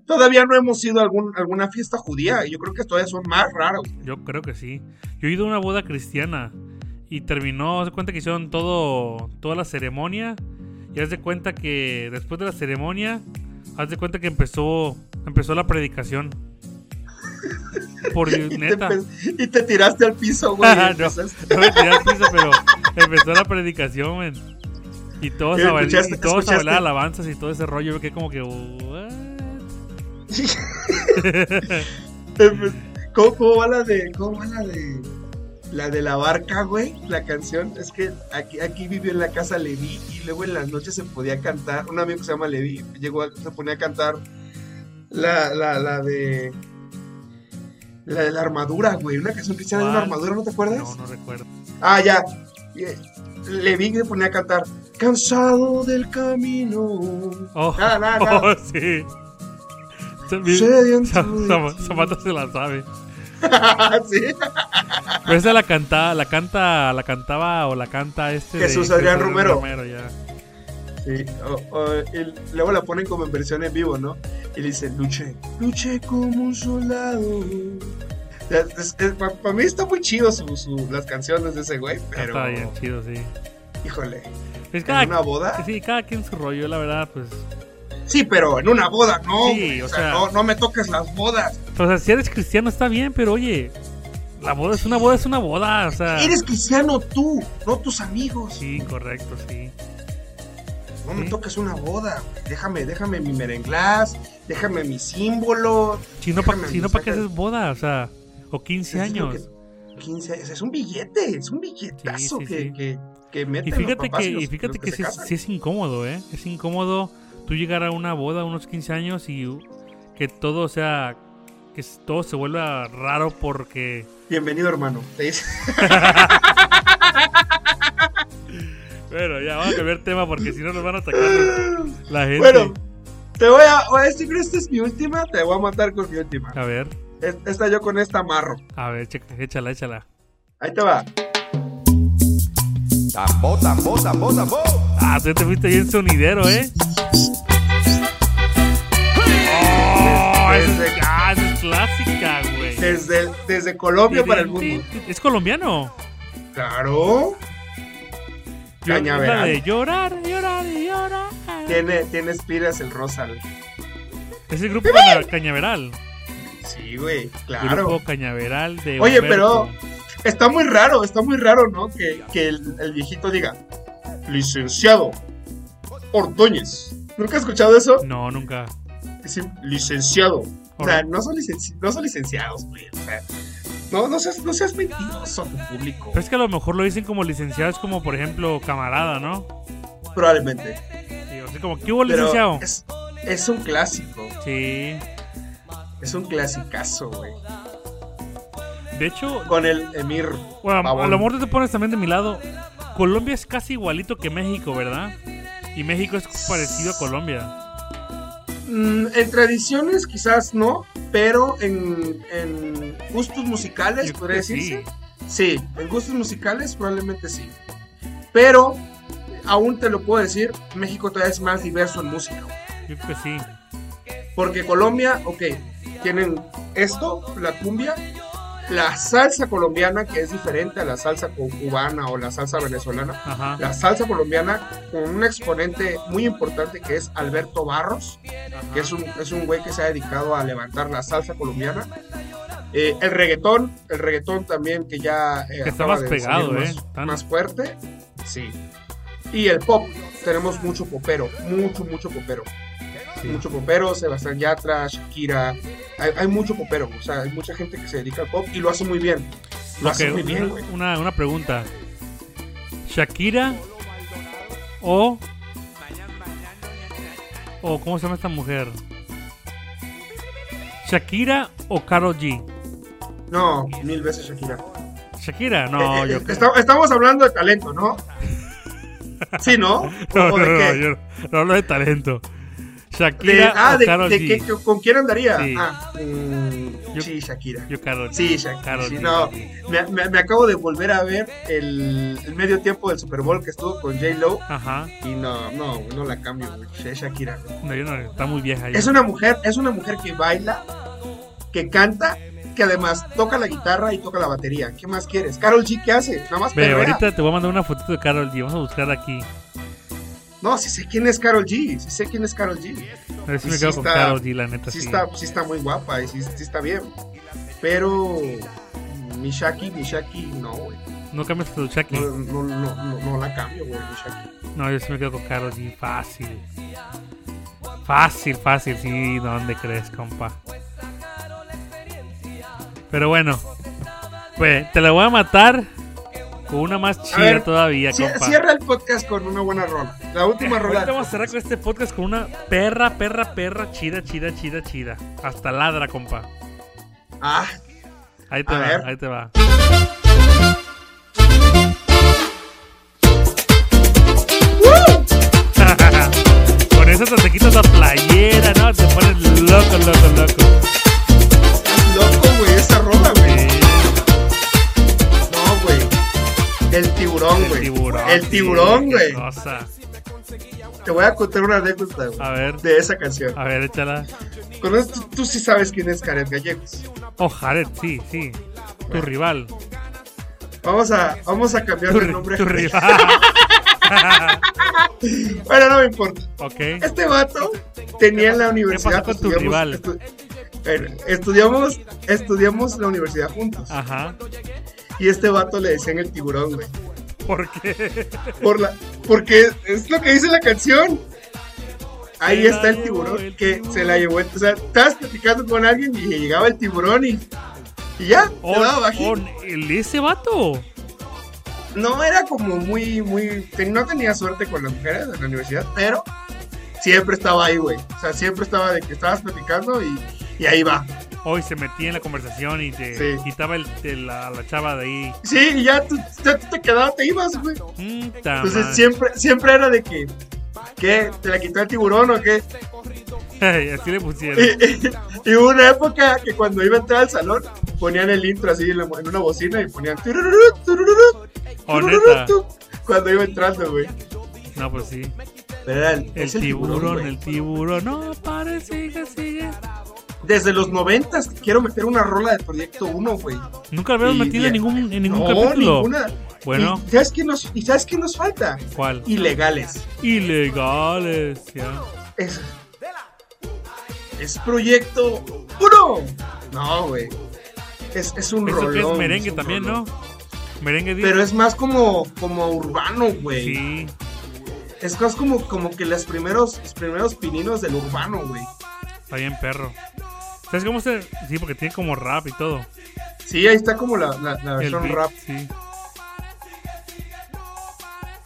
Speaker 3: Todavía no hemos ido a algún, alguna fiesta judía, y yo creo que todavía son más raros.
Speaker 4: yo creo que sí. Yo he ido a una boda cristiana y terminó, se cuenta que hicieron todo, toda la ceremonia. Y haz de cuenta que después de la ceremonia, haz de cuenta que empezó, empezó la predicación. Por
Speaker 3: Y te,
Speaker 4: neta.
Speaker 3: empe- y te tiraste al piso,
Speaker 4: [LAUGHS]
Speaker 3: güey. y
Speaker 4: Ah, no,
Speaker 3: pues, empezaste-
Speaker 4: no me tiré al piso, pero empezó la predicación, men. Y todos,
Speaker 3: ¿Y
Speaker 4: a, bail-
Speaker 3: escuchaste-
Speaker 4: y todos a
Speaker 3: escuchaste?
Speaker 4: bailar alabanzas y todo ese rollo. Yo me quedé como que. "What?"
Speaker 3: Empe- Eh, pues, ¿Cómo, cómo va la de.? ¿Cómo va la de.? La de la barca, güey, la canción, es que aquí, aquí vivió en la casa Levi y luego en las noches se podía cantar, un amigo que se llama Levi llegó a- se ponía a cantar la, la, la de la de la armadura, güey, una canción que se llama de una
Speaker 4: ¿Cuál?
Speaker 3: armadura, ¿no te acuerdas?
Speaker 4: No, no recuerdo.
Speaker 3: Ah, ya. Levi se ponía a cantar, cansado del
Speaker 4: [LAUGHS]
Speaker 3: camino. Ah,
Speaker 4: Oh,
Speaker 3: Nada, nada, nada.
Speaker 4: oh, sí. [LAUGHS]
Speaker 3: Sediento de ti.
Speaker 4: Zapata se la sabe.
Speaker 3: [LAUGHS] Sí.
Speaker 4: Pero esa la cantaba, la canta, la cantaba o la canta este. de
Speaker 3: Jesús Adrián Romero.
Speaker 4: ya.
Speaker 3: Sí, o- o el- luego la ponen como en versión en vivo, ¿no? Y le dicen, luché, luché como un soldado. Para mí está muy chido su, su- las canciones de ese güey, pero
Speaker 4: Está bien, chido, sí.
Speaker 3: híjole,
Speaker 4: Es
Speaker 3: ¿en una
Speaker 4: cada,
Speaker 3: boda?
Speaker 4: sí, cada quien su rollo, la verdad, pues.
Speaker 3: Sí, pero en una boda, no.
Speaker 4: Sí,
Speaker 3: güey,
Speaker 4: o
Speaker 3: o sea,
Speaker 4: sea-
Speaker 3: no, no me toques las bodas.
Speaker 4: O sea, si eres cristiano está bien, pero oye, la boda es una boda, es una boda, o sea.
Speaker 3: Eres cristiano tú, no tus amigos.
Speaker 4: Sí, correcto, sí.
Speaker 3: No me
Speaker 4: Sí.
Speaker 3: toques una boda. güey. Déjame, déjame mi merenglás, déjame mi símbolo.
Speaker 4: Si no, para
Speaker 3: Déjame,
Speaker 4: si no, ¿para qué
Speaker 3: saca-
Speaker 4: haces boda? O sea, o 15
Speaker 3: Es lo
Speaker 4: años.
Speaker 3: que- 15 años, Es un billete, es un billetazo
Speaker 4: Sí, sí,
Speaker 3: que,
Speaker 4: sí.
Speaker 3: Que, que meten
Speaker 4: Y
Speaker 3: los
Speaker 4: fíjate
Speaker 3: papás
Speaker 4: que,
Speaker 3: los-
Speaker 4: y fíjate
Speaker 3: los
Speaker 4: que
Speaker 3: se
Speaker 4: sí, es-
Speaker 3: casan.
Speaker 4: sí es incómodo, ¿eh? Es incómodo tú llegar a una boda a unos 15 años y uh, que todo sea. que s- todo se vuelva raro porque.
Speaker 3: Bienvenido, hermano. Te dice,
Speaker 4: [LAUGHS] Bueno, ya, vamos a cambiar tema porque si no nos van a atacar la gente.
Speaker 3: bueno, te voy a. o- este- creo que esta es mi última, te voy a matar con mi última.
Speaker 4: A ver,
Speaker 3: Es- Esta yo con esta amarro.
Speaker 4: a ver, checa- échala, échala.
Speaker 3: Ahí te va.
Speaker 5: Tambo, tambo, tambo, tambo.
Speaker 4: Ah, tú te fuiste bien sonidero, ¿eh?
Speaker 3: Desde-
Speaker 4: ¡Oh! Esa es, ah, esa es clásica, güey.
Speaker 3: Desde, el- desde Colombia para el mundo.
Speaker 4: Es colombiano.
Speaker 3: Claro.
Speaker 4: Yo- es la
Speaker 3: Cañaveral.
Speaker 4: de llorar, llorar y llorar.
Speaker 3: Tiene, tiene espiras el Rosal.
Speaker 4: Es el grupo Caña- Cañaveral.
Speaker 3: Sí, güey.
Speaker 4: El
Speaker 3: Claro.
Speaker 4: Grupo Cañaveral de.
Speaker 3: Oye,
Speaker 4: Humberto.
Speaker 3: Está muy raro, está muy raro, ¿no? Que, que el, el viejito diga, licenciado Ordóñez. ¿Nunca has escuchado eso?
Speaker 4: No, nunca.
Speaker 3: Decir, licenciado. O sea,
Speaker 4: Ahora-
Speaker 3: no son, licenci- no son licenciados, güey. O sea, no, no seas, no seas mentiroso a tu público.
Speaker 4: Pero es que a lo mejor lo dicen como licenciados, como por ejemplo camarada, ¿no?
Speaker 3: Probablemente.
Speaker 4: Sí, o sea, como, ¿qué hubo licenciado?
Speaker 3: Pero es, es un clásico.
Speaker 4: Sí.
Speaker 3: Es un clasicazo, güey.
Speaker 4: De hecho,
Speaker 3: Con el Emir.
Speaker 4: Bueno, a
Speaker 3: Pavón.
Speaker 4: lo mejor tú te pones también de mi lado. Colombia es casi igualito que México, ¿verdad? Y México es parecido a Colombia.
Speaker 3: Mm, en tradiciones quizás no, pero en, en gustos musicales,
Speaker 4: Yo
Speaker 3: podría
Speaker 4: creo que
Speaker 3: decirse. Sí, en gustos musicales probablemente sí. Pero aún te lo puedo decir, México todavía es más diverso en música.
Speaker 4: Yo creo que sí.
Speaker 3: Porque Colombia, ok, tienen esto, la cumbia, la salsa colombiana que es diferente a la salsa cu- cubana o la salsa venezolana.
Speaker 4: Ajá.
Speaker 3: La salsa colombiana con un exponente muy importante que es Alberto Barros, que es un, es un güey que se ha dedicado a levantar la salsa colombiana. Eh, el reggaetón, el reggaetón también que ya... eh,
Speaker 4: Que está
Speaker 3: acaba
Speaker 4: más
Speaker 3: de
Speaker 4: pegado,
Speaker 3: salir
Speaker 4: ¿eh?
Speaker 3: Más,
Speaker 4: Tan-
Speaker 3: más fuerte, sí. Y el pop, tenemos mucho popero, mucho, mucho popero.
Speaker 4: Sí.
Speaker 3: Mucho popero, Sebastián Yatra, Shakira. Hay, hay mucho popero, o sea, hay mucha gente que se dedica al pop y lo hace muy bien. Lo
Speaker 4: Ok,
Speaker 3: hace muy bien,
Speaker 4: una,
Speaker 3: güey.
Speaker 4: una, una pregunta. ¿Shakira o... o cómo se llama esta mujer? ¿Shakira o Karol G?
Speaker 3: No, mil veces Shakira.
Speaker 4: Shakira, no,
Speaker 3: Eh,
Speaker 4: yo
Speaker 3: eh, esta- estamos hablando de talento, ¿no? Sí, ¿no?
Speaker 4: [LAUGHS] [LAUGHS] No,
Speaker 3: ¿O
Speaker 4: no,
Speaker 3: de
Speaker 4: no,
Speaker 3: qué?
Speaker 4: yo no- no hablo de talento.
Speaker 3: De-
Speaker 4: Shakira
Speaker 3: ah,
Speaker 4: o
Speaker 3: de,
Speaker 4: Karol
Speaker 3: de
Speaker 4: G.
Speaker 3: qué- qué- ¿con quién andaría?
Speaker 4: Sí.
Speaker 3: Ah, mm,
Speaker 4: Yo-
Speaker 3: sí, Shakira.
Speaker 4: Yo Karol
Speaker 3: Sí,
Speaker 4: G.
Speaker 3: Shakira.
Speaker 4: Karol
Speaker 3: sí,
Speaker 4: G.
Speaker 3: no, me, me- me acabo de volver a ver el, el medio tiempo del Super Bowl que estuvo con J-Lo
Speaker 4: Ajá.
Speaker 3: y no, no, no la cambio, güey. Es Shakira. güey.
Speaker 4: No, yo no, está muy vieja ya.
Speaker 3: Es una mujer, es una mujer que baila, que canta, que además toca la guitarra y toca la batería. ¿Qué más quieres? Carol G, ¿qué hace? Nada más
Speaker 4: Ve,
Speaker 3: perrea.
Speaker 4: ahorita te voy a mandar una fotito de Karol G. Vamos a buscar aquí.
Speaker 3: No, si sé quién es Carol G, si sé quién es Carol G.
Speaker 4: A ver si
Speaker 3: Y
Speaker 4: me
Speaker 3: sí
Speaker 4: quedo con
Speaker 3: está-
Speaker 4: Karol G, la neta.
Speaker 3: sí,
Speaker 4: Sí,
Speaker 3: Está, sí está muy guapa y sí, sí está bien. Pero mi Shaki, mi Shaki, no, güey.
Speaker 4: No cambias tu Shakira.
Speaker 3: No, no, no, no, no la cambio, güey, mi Shaki.
Speaker 4: No, yo sí me quedo con Karol G. Fácil. Fácil, fácil. Sí, ¿dónde crees, compa? Pero bueno. Pues te la voy a matar con una más chida
Speaker 3: ver,
Speaker 4: todavía,
Speaker 3: Cie-
Speaker 4: compa.
Speaker 3: Cierra el podcast con una buena rola. La
Speaker 4: [LAUGHS]
Speaker 3: última rola.
Speaker 4: Ahorita vamos a cerrar con este podcast con una perra, perra, perra chida, chida, chida, chida. Hasta ladra, compa.
Speaker 3: Ah,
Speaker 4: Ahí te
Speaker 3: A
Speaker 4: va,
Speaker 3: ver.
Speaker 4: ahí te va. Con eso hasta te quitas la playera, ¿no? Te pones loco, loco, loco.
Speaker 3: estás loco, güey, esa rola, güey.
Speaker 4: Eh,
Speaker 3: No, güey. El tiburón,
Speaker 4: el
Speaker 3: güey.
Speaker 4: tiburón.
Speaker 3: El tiburón,
Speaker 4: sí, qué
Speaker 3: güey.
Speaker 4: cosa.
Speaker 3: Te voy a contar una anécdota, güey.
Speaker 4: A ver,
Speaker 3: De esa canción.
Speaker 4: a ver, échala.
Speaker 3: Con esto, tú, tú sí sabes quién es Karen Gallegos.
Speaker 4: Oh, Jared, sí, sí. Tu rival.
Speaker 3: Vamos a, vamos a cambiar
Speaker 4: Tu,
Speaker 3: el
Speaker 4: ri-
Speaker 3: nombre.
Speaker 4: tu rival.
Speaker 3: [LAUGHS] Bueno, no me importa.
Speaker 4: [LAUGHS] ok.
Speaker 3: Este vato tenía en la universidad.
Speaker 4: pasó con tu rival?
Speaker 3: eh, estudiamos, estudiamos la universidad juntos.
Speaker 4: Ajá.
Speaker 3: Y este vato le decían el tiburón, güey.
Speaker 4: ¿Por qué?
Speaker 3: Por la, porque es lo que dice la canción. Ahí
Speaker 4: Se la
Speaker 3: está el
Speaker 4: llevó
Speaker 3: tiburón
Speaker 4: el
Speaker 3: que
Speaker 4: tiburón.
Speaker 3: se la llevó. O sea, estabas platicando con alguien y llegaba el tiburón y, y ya, se daba
Speaker 4: On-
Speaker 3: bajito.
Speaker 4: on- el- ese vato.
Speaker 3: No era como muy, muy. te- no tenía suerte con las mujeres en la universidad, pero siempre estaba ahí, güey. O sea, siempre estaba de que estabas platicando y, y ahí va.
Speaker 4: Hoy se metía en la conversación y te
Speaker 3: Sí.
Speaker 4: quitaba el, te- la, la chava de ahí.
Speaker 3: Sí, y ya tú, ya tú te quedabas, te ibas, güey.
Speaker 4: Puta
Speaker 3: Entonces
Speaker 4: Ah, madre.
Speaker 3: Pues
Speaker 4: [LAUGHS]
Speaker 3: siempre, siempre era de que. ¿Qué? ¿Te la quitó el tiburón o qué?
Speaker 4: Ey, Así le pusieron.
Speaker 3: Eh, Y, y hubo una época que cuando iba a entrar al salón ponían el intro así en, la- en una bocina y ponían. tururú, tururú,
Speaker 4: Oh,
Speaker 3: tururú,
Speaker 4: neta.
Speaker 3: tu- Cuando iba entrando, güey.
Speaker 4: No, pues sí.
Speaker 3: Pero era el,
Speaker 4: El
Speaker 3: es el tiburón,
Speaker 4: tiburón,
Speaker 3: güey.
Speaker 4: el tiburón. No, pare, sigue, sigue.
Speaker 3: Desde los noventas quiero meter una rola de Proyecto 1, güey.
Speaker 4: Nunca lo habíamos
Speaker 3: Y-
Speaker 4: metido
Speaker 3: y-
Speaker 4: en ningún, en ningún
Speaker 3: no,
Speaker 4: capítulo.
Speaker 3: ninguna.
Speaker 4: Bueno.
Speaker 3: ¿Y sabes, qué nos, ¿Y sabes qué nos falta?
Speaker 4: ¿Cuál?
Speaker 3: Ilegales.
Speaker 4: Ilegales. ya.
Speaker 3: Es, es Proyecto 1. No, güey. Es, es un
Speaker 4: Eso que
Speaker 3: rolón.
Speaker 4: es merengue
Speaker 3: un
Speaker 4: también,
Speaker 3: rolón.
Speaker 4: ¿no? Merengue dice.
Speaker 3: Pero es más como, como urbano, güey.
Speaker 4: Sí.
Speaker 3: Es más como, como que los primeros, los primeros pininos del urbano, güey.
Speaker 4: Está bien, perro. ¿Sabes cómo se.? Sí, porque tiene como rap y todo.
Speaker 3: Sí, ahí está como la, la, la
Speaker 4: El
Speaker 3: versión
Speaker 4: beat,
Speaker 3: rap.
Speaker 4: Sí.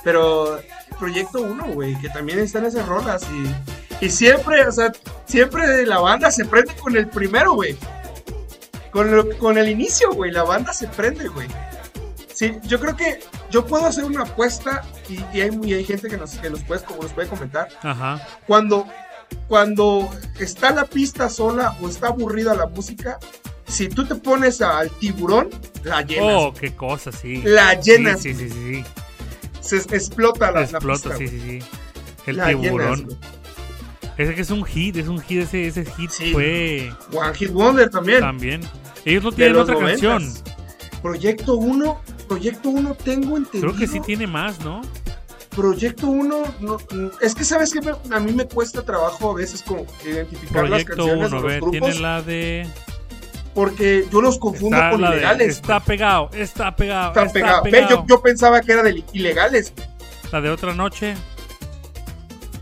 Speaker 3: Pero Proyecto 1, güey, que también están esas rolas y, y siempre, o sea, siempre la banda se prende con el primero, güey. Con, lo- con el inicio, güey, la banda se prende, güey. Sí, yo creo que, yo puedo hacer una apuesta y, y hay, muy- hay gente que nos, que nos puede, como nos puede comentar.
Speaker 4: Ajá.
Speaker 3: Cuando, cuando está la pista sola o está aburrida la música, si tú te pones al tiburón, la llenas.
Speaker 4: Oh, qué cosa, sí.
Speaker 3: La llenas.
Speaker 4: Sí, sí, sí. sí.
Speaker 3: Se es- explota la, la pista.
Speaker 4: Explota, sí,
Speaker 3: güey.
Speaker 4: sí, sí. El
Speaker 3: La llenas,
Speaker 4: tiburón.
Speaker 3: güey.
Speaker 4: Ese que es un hit, es un hit, ese, ese hit
Speaker 3: Sí.
Speaker 4: fue
Speaker 3: One Hit Wonder también.
Speaker 4: también. Ellos no
Speaker 3: de
Speaker 4: tienen
Speaker 3: los
Speaker 4: otra
Speaker 3: noventas.
Speaker 4: canción.
Speaker 3: Proyecto 1, Proyecto 1 tengo entendido.
Speaker 4: Creo que sí tiene más, ¿no?
Speaker 3: Proyecto 1, no, mm, es que sabes que a mí me cuesta trabajo a veces como identificar las
Speaker 4: Proyecto
Speaker 3: canciones
Speaker 4: 1, a
Speaker 3: de
Speaker 4: ver,
Speaker 3: los
Speaker 4: tiene
Speaker 3: grupos
Speaker 4: la de.
Speaker 3: porque yo los confundo
Speaker 4: Está,
Speaker 3: con
Speaker 4: la de-
Speaker 3: ilegales.
Speaker 4: está pegado, está pegado.
Speaker 3: Están
Speaker 4: está
Speaker 3: pegados. Ve, Yo, yo pensaba que era de li- ilegales.
Speaker 4: La de otra noche.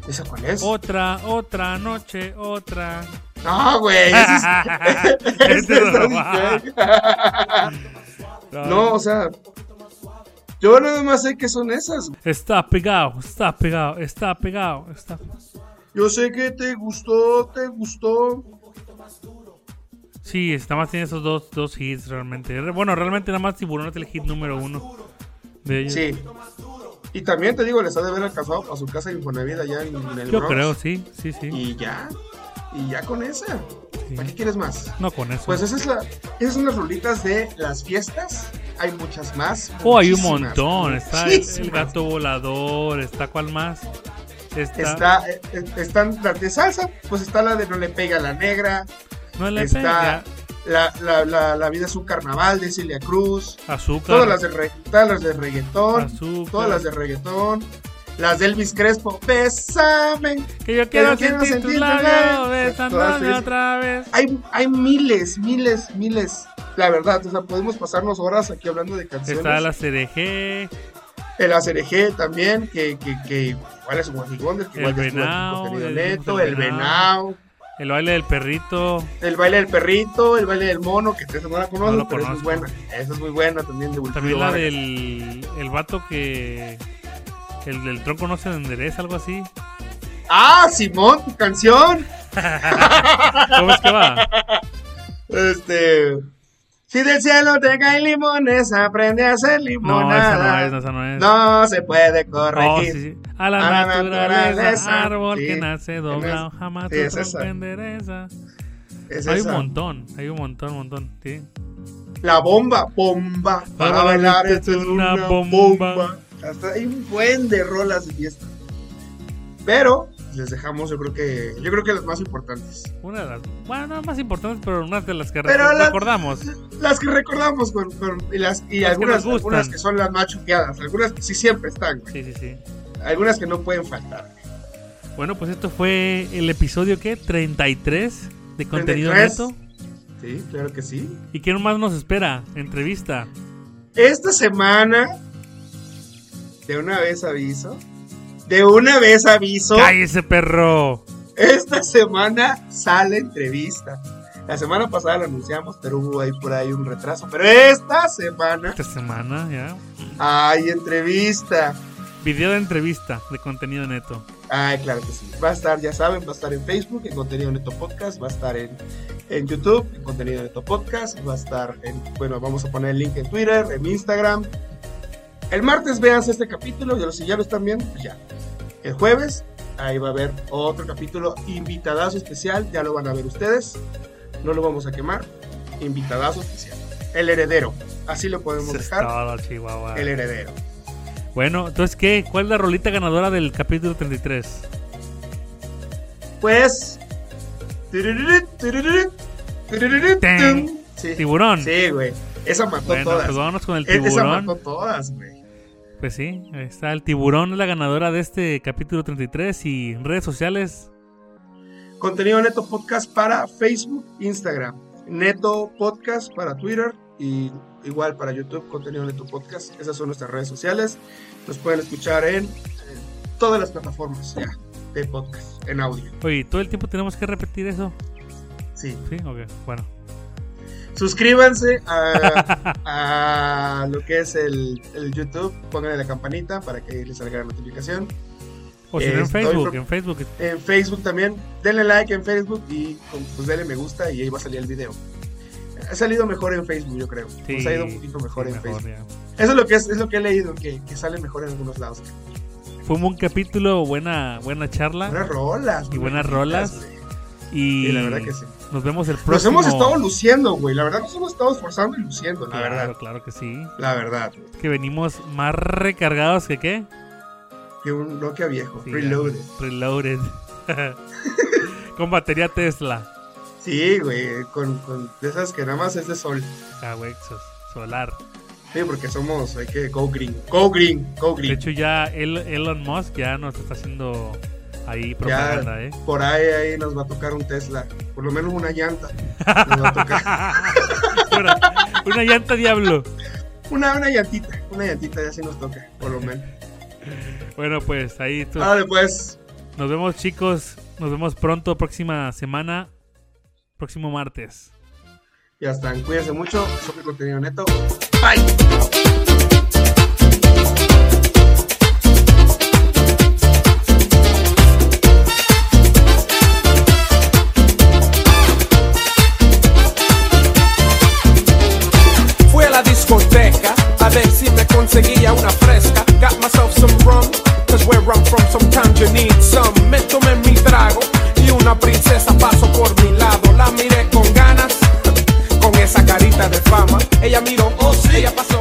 Speaker 3: ¿Esa cuál es?
Speaker 4: Otra, otra noche, otra.
Speaker 3: No,
Speaker 4: [LAUGHS]
Speaker 3: güey. esa es- esa
Speaker 4: Este
Speaker 3: es
Speaker 4: lo
Speaker 3: la
Speaker 4: robaba.
Speaker 3: diferencia. no, o sea, yo nada más sé que son esas.
Speaker 4: Está pegado, está pegado, está pegado. Está...
Speaker 3: Yo sé que te gustó, te gustó.
Speaker 4: Sí, nada más tiene esos dos, dos hits realmente. Re- Bueno, realmente nada más Tiburón es el hit número uno de ellos.
Speaker 3: Sí. Y también te digo, les ha de haber alcanzado para su casa de Infonavit allá en, en el
Speaker 4: Yo
Speaker 3: Bronx.
Speaker 4: creo, sí, sí, sí.
Speaker 3: Y ya. Y ya con esa.
Speaker 4: Sí.
Speaker 3: ¿Para qué quieres más?
Speaker 4: No con eso.
Speaker 3: Pues esa es la, esas son las rolitas de las fiestas. Hay muchas más.
Speaker 4: oh, hay un
Speaker 3: muchísimas,
Speaker 4: montón. Está el, el
Speaker 3: muchísimas.
Speaker 4: gato volador, está cuál más. Está.
Speaker 3: Está, eh, eh, están las de salsa, pues está la de No le pega a la negra,
Speaker 4: no le
Speaker 3: está
Speaker 4: pega.
Speaker 3: la, la, la, la vida es un carnaval de Celia Cruz,
Speaker 4: Azúcar.
Speaker 3: todas las de, re- todas las de reggaetón,
Speaker 4: Azúcar.
Speaker 3: todas las de reggaetón, las de Elvis Crespo, Bésame,
Speaker 4: Que yo quiero
Speaker 3: Pero quiero
Speaker 4: sentir tus
Speaker 3: sentir tus
Speaker 4: labios
Speaker 3: labios,
Speaker 4: besándome
Speaker 3: todas
Speaker 4: otra vez.
Speaker 3: hay, hay miles, miles, miles. La verdad, o sea, podemos pasarnos horas aquí hablando de canciones.
Speaker 4: Está la CDG,
Speaker 3: El ACRG también, que, que, que igual es un One Hit Wonder, que
Speaker 4: El
Speaker 3: igual ya estuvo aquí
Speaker 4: Venao,
Speaker 3: con querido
Speaker 4: el-
Speaker 3: Neto,
Speaker 4: el
Speaker 3: el
Speaker 4: Venao.
Speaker 3: venado,
Speaker 4: el baile del perrito.
Speaker 3: el baile del perrito, el baile del mono, que esa no la conozco,
Speaker 4: lo
Speaker 3: pero esa es muy
Speaker 4: conozco.
Speaker 3: buena. Esa es muy buena también de Wilfrido
Speaker 4: También la
Speaker 3: Vargas.
Speaker 4: del el vato que. El del tronco no se endereza, algo así.
Speaker 3: ¡Ah, Simón, tu canción!
Speaker 4: ¿Cómo es que va?
Speaker 3: Este... Si del cielo te caen limones, aprende a hacer
Speaker 4: No,
Speaker 3: limonada.
Speaker 4: esa no es, esa no es.
Speaker 3: No se puede
Speaker 4: Oh, sí,
Speaker 3: corregir.
Speaker 4: sí. A la
Speaker 3: A la
Speaker 4: naturaleza,
Speaker 3: naturaleza,
Speaker 4: árbol
Speaker 3: sí.
Speaker 4: que nace doblado,
Speaker 3: Esa-
Speaker 4: jamás
Speaker 3: sí,
Speaker 4: tu
Speaker 3: es
Speaker 4: tronco
Speaker 3: esa.
Speaker 4: endereza.
Speaker 3: Es
Speaker 4: hay
Speaker 3: esa.
Speaker 4: un montón, hay un montón, un montón. Sí.
Speaker 3: La bomba, bomba. Para bailar esto es una bomba. Hasta hay un buen de rolas de fiesta. Pero les dejamos, yo creo que, yo creo que las más importantes.
Speaker 4: Una de las bueno, no más importantes, pero una de las que
Speaker 3: Pero la-
Speaker 4: recordamos.
Speaker 3: Las que recordamos con, con- y, las, y
Speaker 4: Las que
Speaker 3: algunas,
Speaker 4: nos gustan.
Speaker 3: algunas que son las más chuqueadas. Algunas que sí siempre están, güey.
Speaker 4: Sí, sí, sí.
Speaker 3: Algunas que no pueden faltar.
Speaker 4: Bueno, pues esto fue el episodio ¿qué? 33 de contenido
Speaker 3: 33.
Speaker 4: neto.
Speaker 3: Sí, claro que sí.
Speaker 4: ¿Y quién más nos espera? Entrevista.
Speaker 3: Esta semana, de una vez aviso. De una vez aviso.
Speaker 4: ¡Cállese, perro!
Speaker 3: Esta semana sale entrevista. La semana pasada lo anunciamos, pero hubo ahí por ahí un retraso. Pero esta semana
Speaker 4: Esta semana ya.
Speaker 3: hay entrevista.
Speaker 4: Video de entrevista de contenido neto.
Speaker 3: Ay, claro que sí. Va a estar, ya saben, va a estar en Facebook, en Contenido Neto Podcast, va a estar en, en YouTube, en Contenido Neto Podcast, va a estar en, bueno, vamos a poner el link en Twitter, en Instagram. El martes veas este capítulo, ya lo, si ya lo están viendo, pues ya. El jueves, ahí va a haber otro capítulo invitadazo especial, ya lo van a ver ustedes, no lo vamos a quemar, invitadazo especial. El heredero, así lo podemos
Speaker 4: Eso es
Speaker 3: dejar,
Speaker 4: todo, Chihuahua.
Speaker 3: el heredero.
Speaker 4: Bueno, entonces, ¿qué? ¿Cuál es la rolita ganadora del capítulo 33?
Speaker 3: Pues. tururut, tururut, tururut,
Speaker 4: Ten.
Speaker 3: tum. Sí,
Speaker 4: Tiburón.
Speaker 3: Sí, güey. Esa mató
Speaker 4: bueno,
Speaker 3: todas.
Speaker 4: pues vámonos con el
Speaker 3: E- Esa
Speaker 4: tiburón.
Speaker 3: mató todas, güey.
Speaker 4: Pues sí, ahí está. El tiburón es la ganadora de este capítulo 33 y en redes sociales.
Speaker 3: Contenido Neto Podcast para Facebook, Instagram. Neto Podcast para Twitter y igual para YouTube, Contenido Neto Podcast. Esas son nuestras redes sociales. Nos pueden escuchar en eh, todas las plataformas ya de podcast, en audio.
Speaker 4: Oye, todo el tiempo tenemos que repetir eso.
Speaker 3: Sí.
Speaker 4: Sí, ok, bueno.
Speaker 3: Suscríbanse
Speaker 4: [LAUGHS]
Speaker 3: a, a lo que es el, el YouTube, pónganle la campanita para que les salga la notificación.
Speaker 4: O si no, en
Speaker 3: Estoy
Speaker 4: Facebook,
Speaker 3: pro-
Speaker 4: en Facebook.
Speaker 3: En Facebook también, denle like en Facebook y con- pues denle me gusta y ahí va a salir el video. ha salido mejor en Facebook, yo creo.
Speaker 4: Sí,
Speaker 3: Nos ha ido un poquito mejor
Speaker 4: sí,
Speaker 3: en Facebook.
Speaker 4: ya.
Speaker 3: Eso es lo que es, es lo que he leído, que, que sale mejor en algunos lados.
Speaker 4: Fue un buen capítulo, buena, buena charla.
Speaker 3: Buenas rolas.
Speaker 4: Y
Speaker 3: güey,
Speaker 4: buenas rolas.
Speaker 3: güey.
Speaker 4: y
Speaker 3: Sí, la verdad que sí.
Speaker 4: Nos vemos el
Speaker 3: Nos
Speaker 4: próximo.
Speaker 3: hemos estado luciendo, güey. La verdad nos hemos estado esforzando y luciendo, la
Speaker 4: Claro,
Speaker 3: verdad.
Speaker 4: claro que sí.
Speaker 3: La verdad. güey.
Speaker 4: Que venimos más recargados que qué.
Speaker 3: Que un Nokia viejo.
Speaker 4: Sí,
Speaker 3: reloaded.
Speaker 4: ya, Reloaded. [LAUGHS] Con batería Tesla.
Speaker 3: Sí, güey. Con, con de esas que nada más es de sol.
Speaker 4: Ah, güey, eso es solar.
Speaker 3: Sí, porque somos, hay que go green. Go green, go
Speaker 4: De
Speaker 3: green.
Speaker 4: hecho, ya El- Elon Musk ya nos está haciendo ahí
Speaker 3: Ya
Speaker 4: propaganda, ¿eh? [LAUGHS]
Speaker 3: por ahí, ahí nos va a tocar un Tesla. Por lo menos una
Speaker 4: [LAUGHS]
Speaker 3: llanta. Nos va a tocar.
Speaker 4: Fuera. Una llanta diablo.
Speaker 3: Una, una llantita. Una llantita ya sí nos toca, por lo menos.
Speaker 4: Bueno, pues ahí esto-
Speaker 3: Vale, pues.
Speaker 4: Nos vemos, chicos. Nos vemos pronto, próxima semana. Próximo martes.
Speaker 3: Ya están. Cuídense mucho. Sobre contenido neto. Bye.
Speaker 8: Fui a la discoteca a ver si me conseguía una fresca. Got myself some rum, cause where I'm from sometimes you need some. Me tomé mi trago y una princesa pasó por mi lado. La miré con ganas, con esa carita de fama. Ella miró, oh sí, ella pasó